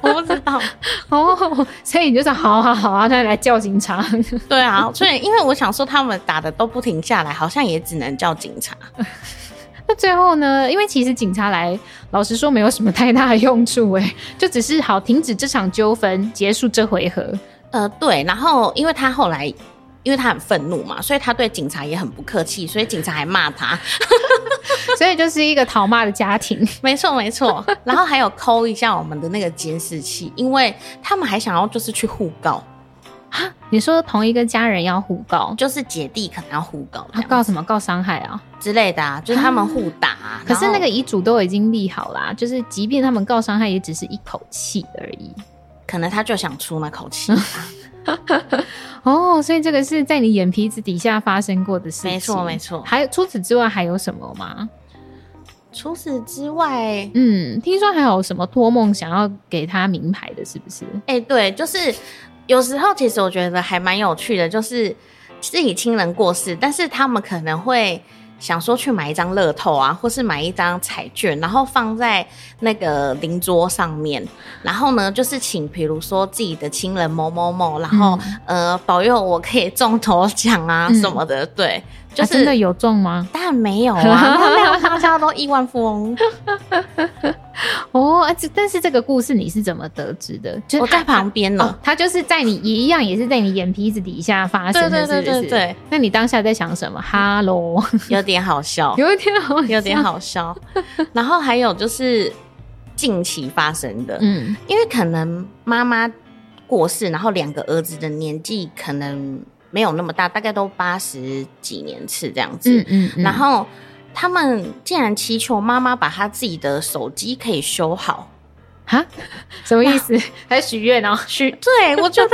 Speaker 2: 我不知道。
Speaker 1: 哦，所以你就说好啊好啊，那来叫警察。
Speaker 2: 对啊，所以因为我想说，他们打的都不停下来，好像也只能叫警察。
Speaker 1: 那最后呢？因为其实警察来，老实说没有什么太大的用处、哎，就只是好停止这场纠纷，结束这回合。
Speaker 2: 呃，对，然后因为他后来。因为他很愤怒嘛，所以他对警察也很不客气，所以警察还骂他。 <laughs>
Speaker 1: 所以就是一个讨骂的家庭。
Speaker 2: 没错，没错。然后还有抠一下我们的那个监视器，因为他们还想要就是去互告，
Speaker 1: 你说同一个家人要互
Speaker 2: <laughs>
Speaker 1: 告，
Speaker 2: 就是姐弟可能要互告这
Speaker 1: 他
Speaker 2: 样
Speaker 1: 告什么？告伤害啊？
Speaker 2: 之类的啊，就是他们互打啊、
Speaker 1: 可是
Speaker 2: 然后
Speaker 1: 那个遗嘱都已经立好啦，就是即便他们告伤害，也只是一口气而已。
Speaker 2: 可能他就想出那
Speaker 1: <laughs>
Speaker 2: 口气。
Speaker 1: 哦，所以这个是在你眼皮子底下发生过的事情。
Speaker 2: 没错，没错。
Speaker 1: 还有除此之外还有什么吗？
Speaker 2: 除此之外，
Speaker 1: 嗯，听说还有什么托梦想要给他名牌的，是不是？
Speaker 2: 哎、对，就是有时候其实我觉得还蛮有趣的，就是自己亲人过世，但是他们可能会想说去买一张乐透啊，或是买一张彩券，然后放在那个邻桌上面，然后呢，就是请比如说自己的亲人某某某，然
Speaker 1: 哦
Speaker 2: 后、呃保佑我可以中头奖啊
Speaker 1: 嗯
Speaker 2: 什么的，对，就
Speaker 1: 啊真
Speaker 2: 是。
Speaker 1: 的有中吗？
Speaker 2: 当然没有啊，没有发家都亿万富
Speaker 1: <laughs>
Speaker 2: 翁。
Speaker 1: 哦，啊这但是这个故事你是怎么得知的？就
Speaker 2: 我在旁边
Speaker 1: 哦
Speaker 2: 呢，，
Speaker 1: 他就是在你一样，也是在你眼皮子底下发生的，
Speaker 2: 对对对
Speaker 1: 是不是
Speaker 2: 对对。
Speaker 1: 那你当下在想什么哈喽，
Speaker 2: 有点好笑，
Speaker 1: 哦 <laughs> 有一天好像
Speaker 2: 有点，
Speaker 1: <laughs>
Speaker 2: 好笑。然后还有就是近期发生的，
Speaker 1: 嗯
Speaker 2: 因为可能妈妈过世，然后两个儿子的年纪可能没有那么大，大概都八十几年次这样子。
Speaker 1: 嗯嗯嗯。
Speaker 2: 然后他们竟然祈求妈妈把他自己的手机可以修好。
Speaker 1: 哈，什么意思？还许愿 <laughs> 哦？许
Speaker 2: 对，我觉得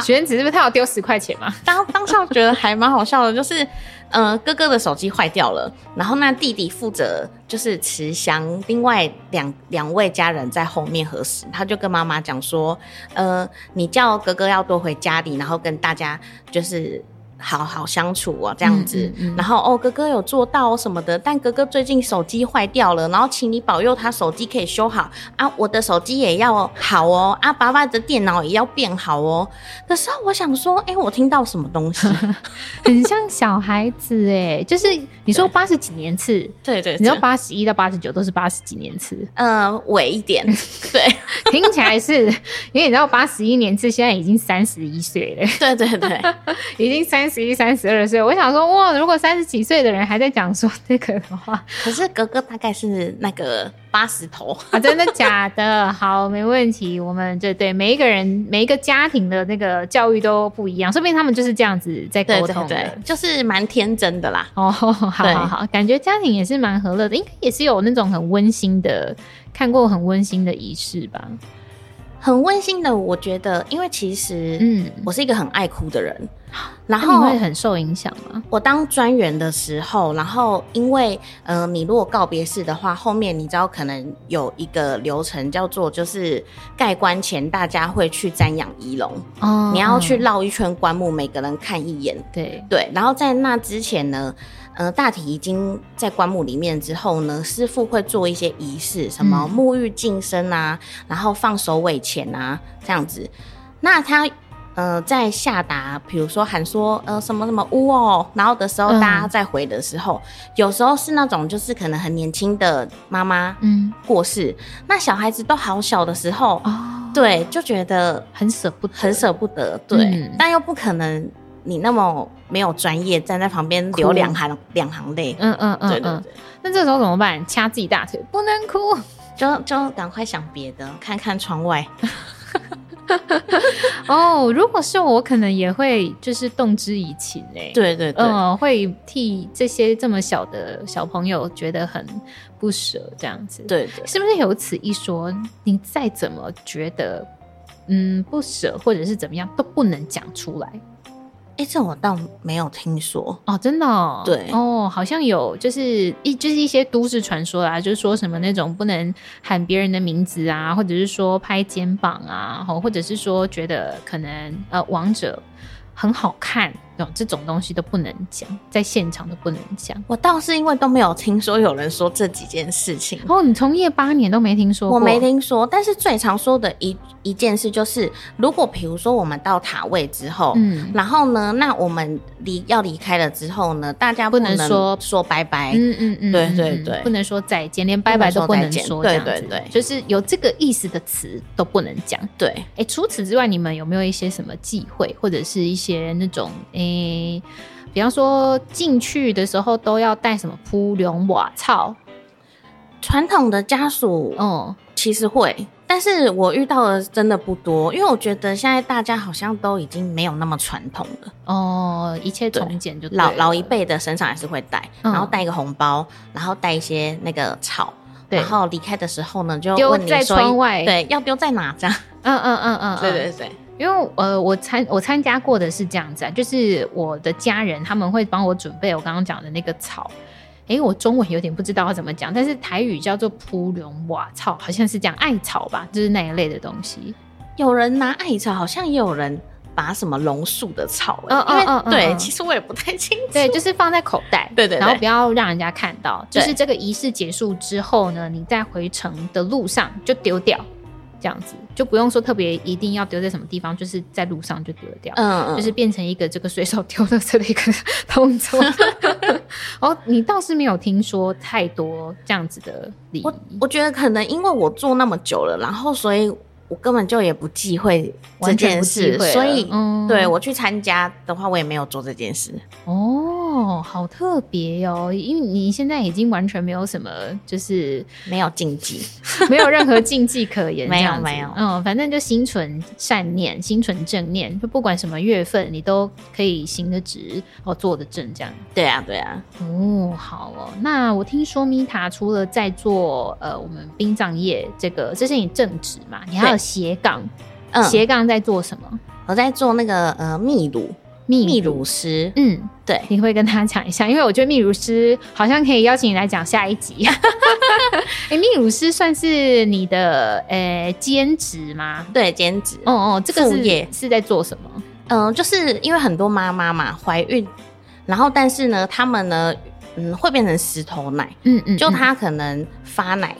Speaker 1: <laughs> 许愿只是不是他有丢十块钱吗？
Speaker 2: 当当下觉得还蛮好笑的，就是，呃，哥哥的手机坏掉了，然后那弟弟负责就是持箱，另外两两位家人在后面核实，他就跟妈妈讲说，呃，你叫哥哥要多回家里，然后跟大家就是。好好相处啊，这样子。
Speaker 1: 嗯嗯嗯
Speaker 2: 然后哦，哥哥有做到什么的，但哥哥最近手机坏掉了，然后请你保佑他手机可以修好啊，我的手机也要好哦，啊，爸爸的电脑也要变好哦。可是我想说，哎、我听到什么东西？
Speaker 1: 很像小孩子哎，就是你说八十几年次，
Speaker 2: <laughs> 对对
Speaker 1: 你知道八十一到八十九都是八十几年次，
Speaker 2: 呃，尾一 <laughs> 点，对
Speaker 1: 听起来是，因为你知道八十一年次现在已经三十一岁了，
Speaker 2: 对对对，
Speaker 1: 已经三十一、三十二岁。我想说，哇，如果三十几岁的人还在讲说这个的话，
Speaker 2: 可是格格大概是那个八十头，
Speaker 1: 啊，真的假的？好，没问题。我们这对每一个人、每一个家庭的那个教育都不一样，说不定他们就是这样子在
Speaker 2: 对
Speaker 1: 沟
Speaker 2: 对
Speaker 1: 通的。
Speaker 2: 对，就是蛮天真的啦。
Speaker 1: 哦，好好好，感觉家庭也是蛮和乐的，应该也是有那种很温馨的，看过很温馨的仪式吧？
Speaker 2: 很温馨的，我觉得，因为其实
Speaker 1: 嗯，
Speaker 2: 我是一个很爱哭的 <gasps> 人，
Speaker 1: 那
Speaker 2: 然
Speaker 1: 你
Speaker 2: 后
Speaker 1: 会很受影响吗？
Speaker 2: 我当专员的时候，然后因为嗯、呃你如果告别式的话，后面你知道可能有一个流程叫做就是盖棺前大家会去瞻仰仪容，
Speaker 1: 哦
Speaker 2: 你要去绕一圈棺木，每个人看一眼，
Speaker 1: 对，
Speaker 2: 对，然后在那之前呢，呃，大体已经在棺木里面之后呢，师傅会做一些仪式，什么
Speaker 1: 嗯
Speaker 2: 沐浴净身啊，然后放手尾钱啊，这样子。那他呃在下达，比如说喊说呃什么什么乌哦，然后的时候，
Speaker 1: 嗯
Speaker 2: 大家在回的时候，有时候是那种就是可能很年轻的妈妈
Speaker 1: 嗯，
Speaker 2: 过世，那小孩子都好小的时候，
Speaker 1: 哦，，
Speaker 2: 对，就觉得
Speaker 1: 很舍不得，
Speaker 2: 很舍不得，对，
Speaker 1: 嗯
Speaker 2: 但又不可能你那么没有专业，站在旁边流
Speaker 1: 哭
Speaker 2: 两行两行泪，
Speaker 1: 嗯嗯嗯
Speaker 2: 对
Speaker 1: 嗯。
Speaker 2: 对对，
Speaker 1: 那这时候怎么办？掐自己大腿，不能哭。
Speaker 2: 就就赶快想别的，看看
Speaker 1: <laughs>
Speaker 2: 窗外，
Speaker 1: 哦，如果是我，我可能也会就是动之以情哎、，
Speaker 2: 对对对，
Speaker 1: 嗯、会替这些这么小的小朋友觉得很不舍，这样子。，
Speaker 2: 对对，
Speaker 1: 是不是有此一说？你再怎么觉得嗯不舍，或者是怎么样，都不能讲出来。
Speaker 2: 哎，这我倒没有听说，
Speaker 1: 哦，真的、哦，
Speaker 2: 对
Speaker 1: 哦，好像有，就是一就是一些都市传说啊啦，就是说什么那种不能喊别人的名字啊，或者是说拍肩膀啊，吼或者是说觉得可能呃王者很好看，这种这种东西都不能讲，在现场都不能讲。
Speaker 2: 我倒是因为都没有听说有人说这几件事情。
Speaker 1: 哦，你从业八年都没听说过，
Speaker 2: 我没听说，但是最常说的一一件事就是，如果比如说我们到塔位之后，
Speaker 1: 嗯，
Speaker 2: 然后呢，那我们离要离开了之后呢，大家
Speaker 1: 不能
Speaker 2: 能
Speaker 1: 说
Speaker 2: 说拜拜，
Speaker 1: 嗯嗯嗯，
Speaker 2: 对
Speaker 1: 嗯
Speaker 2: 对
Speaker 1: 嗯
Speaker 2: 对
Speaker 1: 不能说再见，连拜拜都不能说，
Speaker 2: 不能
Speaker 1: 这
Speaker 2: 说再
Speaker 1: 样
Speaker 2: 见
Speaker 1: 子，
Speaker 2: 对对对
Speaker 1: 就是有这个意思的词都不能讲。
Speaker 2: 对，
Speaker 1: 哎、除此之外，你们有没有一些什么忌讳，或者是一些那种诶、比方说进去的时候都要带什么铺龙瓦草？
Speaker 2: 传统的家属呃
Speaker 1: 哦、
Speaker 2: 其实会，但是我遇到的真的不多，因为我觉得现在大家好像都已经没有那么传统了。
Speaker 1: 哦，一切
Speaker 2: 对
Speaker 1: 从简就对
Speaker 2: 老
Speaker 1: 了
Speaker 2: 老一辈的身上还是会带，
Speaker 1: 嗯
Speaker 2: 然后带一个红包，然后带一些那个草，
Speaker 1: 对
Speaker 2: 然，后离开的时候呢，就
Speaker 1: 丢
Speaker 2: 问你
Speaker 1: 在
Speaker 2: 说
Speaker 1: 窗外
Speaker 2: 对，要丢在哪
Speaker 1: <laughs>
Speaker 2: 这样？
Speaker 1: 嗯嗯嗯嗯，嗯。
Speaker 2: 对，
Speaker 1: 因为呃，我参我参加过的是这样子啊，就是我的家人他们会帮我准备我刚刚讲的那个草。诶，我中文有点不知道要怎么讲，但是台语叫做铺龙瓦草，好像是讲艾草吧，就是那一类的东西。
Speaker 2: 有人拿艾草，好像也有人拔什么龙树的草、欸，
Speaker 1: 嗯嗯嗯嗯
Speaker 2: 因为对，
Speaker 1: 嗯
Speaker 2: 其实我也不太清楚。
Speaker 1: 对，就是放在口袋，
Speaker 2: 对对对
Speaker 1: 然后不要让人家看到。就
Speaker 2: 对
Speaker 1: 是这个仪式结束之后呢，你在回程的路上就丢掉，这样子就不用说特别一定要丢在什么地方，就是在路上就丢掉。
Speaker 2: 嗯
Speaker 1: <laughs>
Speaker 2: 嗯，
Speaker 1: 就是变成一个这个随手丢垃圾的一个动作，哦，你倒是没有听说太多这样子的礼
Speaker 2: 我
Speaker 1: 仪，
Speaker 2: 我觉得可能因为我做那么久了，然后所以我根本就也不忌讳这件事，
Speaker 1: 完全不忌讳了
Speaker 2: 所以、
Speaker 1: 嗯
Speaker 2: 对我去参加的话，我也没有做这件事。
Speaker 1: 哦，好特别哦，因为你现在已经完全没有什么，就是
Speaker 2: 没有禁忌， <laughs>
Speaker 1: 没有任何禁忌可言，
Speaker 2: 没有
Speaker 1: 这样子
Speaker 2: 没有
Speaker 1: 嗯，反正就心存善念，心存正念，就不管什么月份，你都可以行得直，哦，坐得正，这样。
Speaker 2: 对啊，对啊，
Speaker 1: 哦，好哦。那我听说米塔除了在做呃我们殡葬业这个，这是你正职嘛？你还有
Speaker 2: 对
Speaker 1: 斜杠，
Speaker 2: 嗯，
Speaker 1: 斜杠在做什么？
Speaker 2: 我在做那个呃泌乳
Speaker 1: 秘
Speaker 2: 泌乳师，
Speaker 1: 嗯，
Speaker 2: 对，
Speaker 1: 你会跟他讲一下，因为我觉得秘乳师好像可以邀请你来讲下一
Speaker 2: <laughs>
Speaker 1: 集。 <laughs> 哎、秘乳师算是你的呃兼职吗？
Speaker 2: 对，兼职，
Speaker 1: 哦哦，这个
Speaker 2: 副业
Speaker 1: 是是在做什么？
Speaker 2: 嗯、就是因为很多妈妈嘛怀孕，然后但是呢，她们呢，嗯，会变成石头奶，
Speaker 1: 嗯嗯，
Speaker 2: 就
Speaker 1: 嗯
Speaker 2: 她可能发奶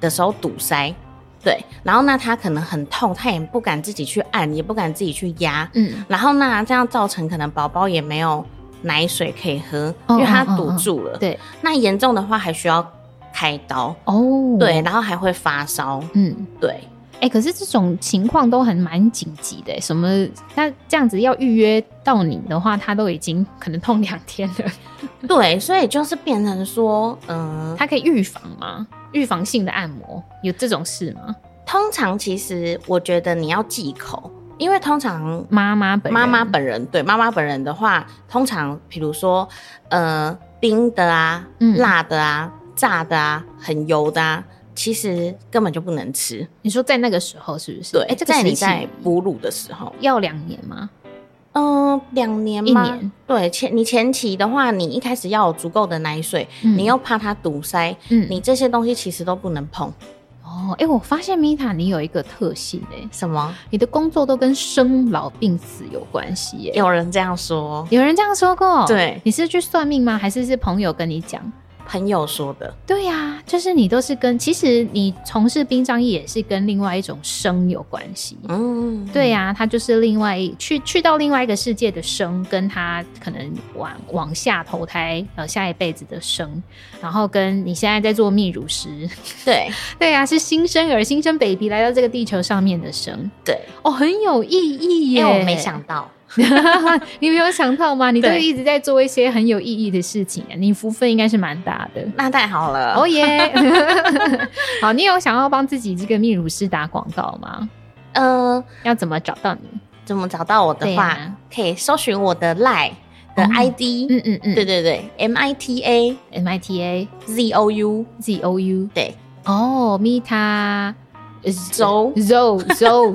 Speaker 2: 的时候堵塞，对，然后那她可能很痛，她也不敢自己去按，也不敢自己去压，
Speaker 1: 嗯
Speaker 2: 然后那这样造成可能宝宝也没有奶水可以喝，
Speaker 1: 哦
Speaker 2: 因为她
Speaker 1: 哦哦
Speaker 2: 堵
Speaker 1: 哦
Speaker 2: 住了，
Speaker 1: 对
Speaker 2: 那严重的话还需要开刀，
Speaker 1: 哦
Speaker 2: 对，然后还会发烧，
Speaker 1: 嗯。
Speaker 2: 对。
Speaker 1: 哎、可是这种情况都很蛮紧急的，欸什么？他这样子要预约到你的话，他都已经可能痛两天
Speaker 2: <laughs>
Speaker 1: 了，
Speaker 2: 对，所以就是变成说，嗯、
Speaker 1: 他可以预防吗？预防性的按摩有这种事吗？
Speaker 2: 通常其实我觉得你要忌口，因为通常
Speaker 1: 妈妈本人
Speaker 2: 妈妈本人对妈妈本人的话，通常比如说，呃，冰的啊、
Speaker 1: 嗯
Speaker 2: 辣的啊、炸的啊、很油的啊，其实根本就不能吃。
Speaker 1: 你说在那个时候是不是？
Speaker 2: 对，
Speaker 1: 哎、这个
Speaker 2: 在
Speaker 1: 时
Speaker 2: 你
Speaker 1: 期
Speaker 2: 在哺乳的时候，
Speaker 1: 要两年吗？
Speaker 2: 嗯、两年
Speaker 1: 一
Speaker 2: 吗？
Speaker 1: 年
Speaker 2: 对前你前期的话，你一开始要有足够的奶水，
Speaker 1: 嗯
Speaker 2: 你又怕它堵塞，
Speaker 1: 嗯
Speaker 2: 你这些东西其实都不能碰。
Speaker 1: 哦，哎、我发现米塔你有一个特性哎、
Speaker 2: 什么？
Speaker 1: 你的工作都跟生老病死有关系欸耶、
Speaker 2: 有人这样说，
Speaker 1: 有人这样说过，
Speaker 2: 对
Speaker 1: 你是去算命吗？还是是朋友跟你讲？
Speaker 2: 朋友说的。
Speaker 1: 对呀、就是你都是跟，其实你从事殡葬业也是跟另外一种生有关系。
Speaker 2: 嗯，
Speaker 1: 对呀、它就是另外一去去到另外一个世界的生，跟他可能往往下投胎，呃，下一辈子的生，然后跟你现在在做泌乳师， <laughs>
Speaker 2: 对
Speaker 1: 对呀、是新生儿、新生 baby 来到这个地球上面的生，
Speaker 2: 对，
Speaker 1: 哦，很有意义耶！
Speaker 2: 因哎为我没想，到，
Speaker 1: <laughs> 你没有想到吗？你都
Speaker 2: 对
Speaker 1: 一直在做一些很有意义的事情，你福分应该是蛮大
Speaker 2: <laughs>
Speaker 1: 的。
Speaker 2: 那太好了。
Speaker 1: 哦耶！ <laughs> 好，你有想要帮自己这个泌乳师打广告吗？
Speaker 2: 呃，
Speaker 1: 要怎么找到你？
Speaker 2: 怎么找到我的
Speaker 1: 对
Speaker 2: 话，
Speaker 1: 啊
Speaker 2: 可以搜寻我的 Line 的
Speaker 1: 哦
Speaker 2: ID，、
Speaker 1: 嗯嗯嗯，
Speaker 2: 对对对，M I T A
Speaker 1: ，M I T A
Speaker 2: Z O U，
Speaker 1: Z O U，
Speaker 2: 对
Speaker 1: 哦，Mita。
Speaker 2: Zou
Speaker 1: Zo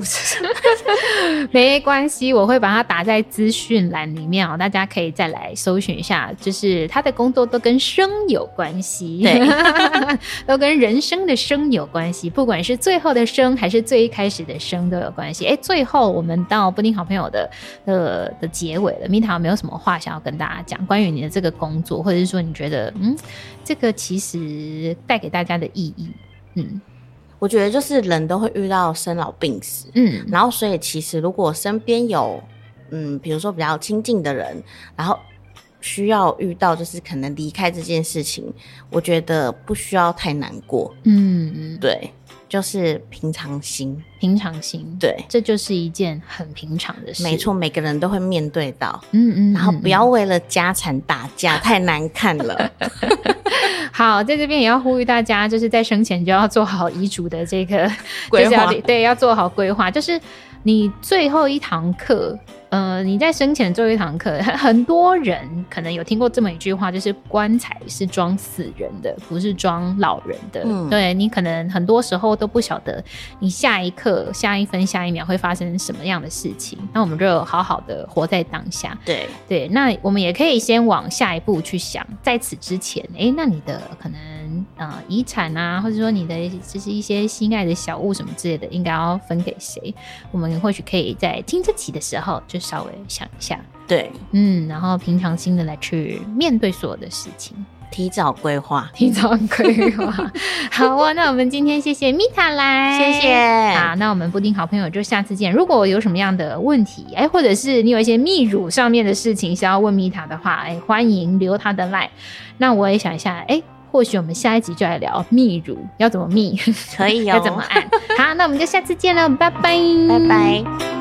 Speaker 2: <laughs>
Speaker 1: <laughs> Zo，没关系，我会把它打在资讯栏里面哦，大家可以再来搜寻一下。就是他的工作都跟生有关系，
Speaker 2: 对，
Speaker 1: <laughs> 都跟人生的生有关系，不管是最后的生还是最一开始的生都有关系。哎，最后我们到布丁好朋友的的的结尾了，米塔有没有什么话想要跟大家讲？关于你的这个工作，或者是说你觉得嗯，这个其实带给大家的意义，嗯
Speaker 2: 我觉得就是人都会遇到生老病死，
Speaker 1: 嗯。
Speaker 2: 然后所以其实如果身边有嗯，比如说比较亲近的人，然后需要遇到就是可能离开这件事情，我觉得不需要太难过，
Speaker 1: 嗯，
Speaker 2: 对，就是平常心，
Speaker 1: 平常心，，
Speaker 2: 对，
Speaker 1: 这就是一件很平常的事，
Speaker 2: 没，错，每个人都会面对到，
Speaker 1: 嗯嗯，
Speaker 2: 然后不要
Speaker 1: 嗯
Speaker 2: 为了家产打架，太难看了。
Speaker 1: 好，在这边也要呼吁大家，就是在生前就要做好遗嘱的这个
Speaker 2: <laughs> 规
Speaker 1: <laughs> 就
Speaker 2: 划
Speaker 1: 是要对，要做好规划，就是你最后一堂课。呃，你在生前最后一堂课，很多人可能有听过这么一句话，就是棺材是装死人的，不是装老人的。
Speaker 2: 嗯
Speaker 1: 对你可能很多时候都不晓得你下一刻、下一分、下一秒会发生什么样的事情。那我们就好好的活在当下。
Speaker 2: 对，
Speaker 1: 对，那我们也可以先往下一步去想，在此之前，诶，那你的可能呃遗产啊，或者说你的就是一些心爱的小物什么之类的，应该要分给谁？我们或许可以在听这集的时候就稍微想一下，
Speaker 2: 对，
Speaker 1: 嗯，然后平常心的来去面对所有的事情。
Speaker 2: 提早规划。
Speaker 1: 提早规划。
Speaker 2: <laughs>
Speaker 1: 好啊，那我们今天谢谢米塔来，
Speaker 2: 谢谢
Speaker 1: 哎好，那我们布丁好朋友就下次见。如果有什么样的问题，哎，或者是你有一些泌乳上面的事情想要问米塔的话，哎，欢迎留他的 line。那我也想一下，哎。或许我们下一集就来聊泌乳 <laughs> 要怎么泌，
Speaker 2: 可以哦
Speaker 1: 要怎么按。好，那我们就下次见了，拜拜，
Speaker 2: 拜拜。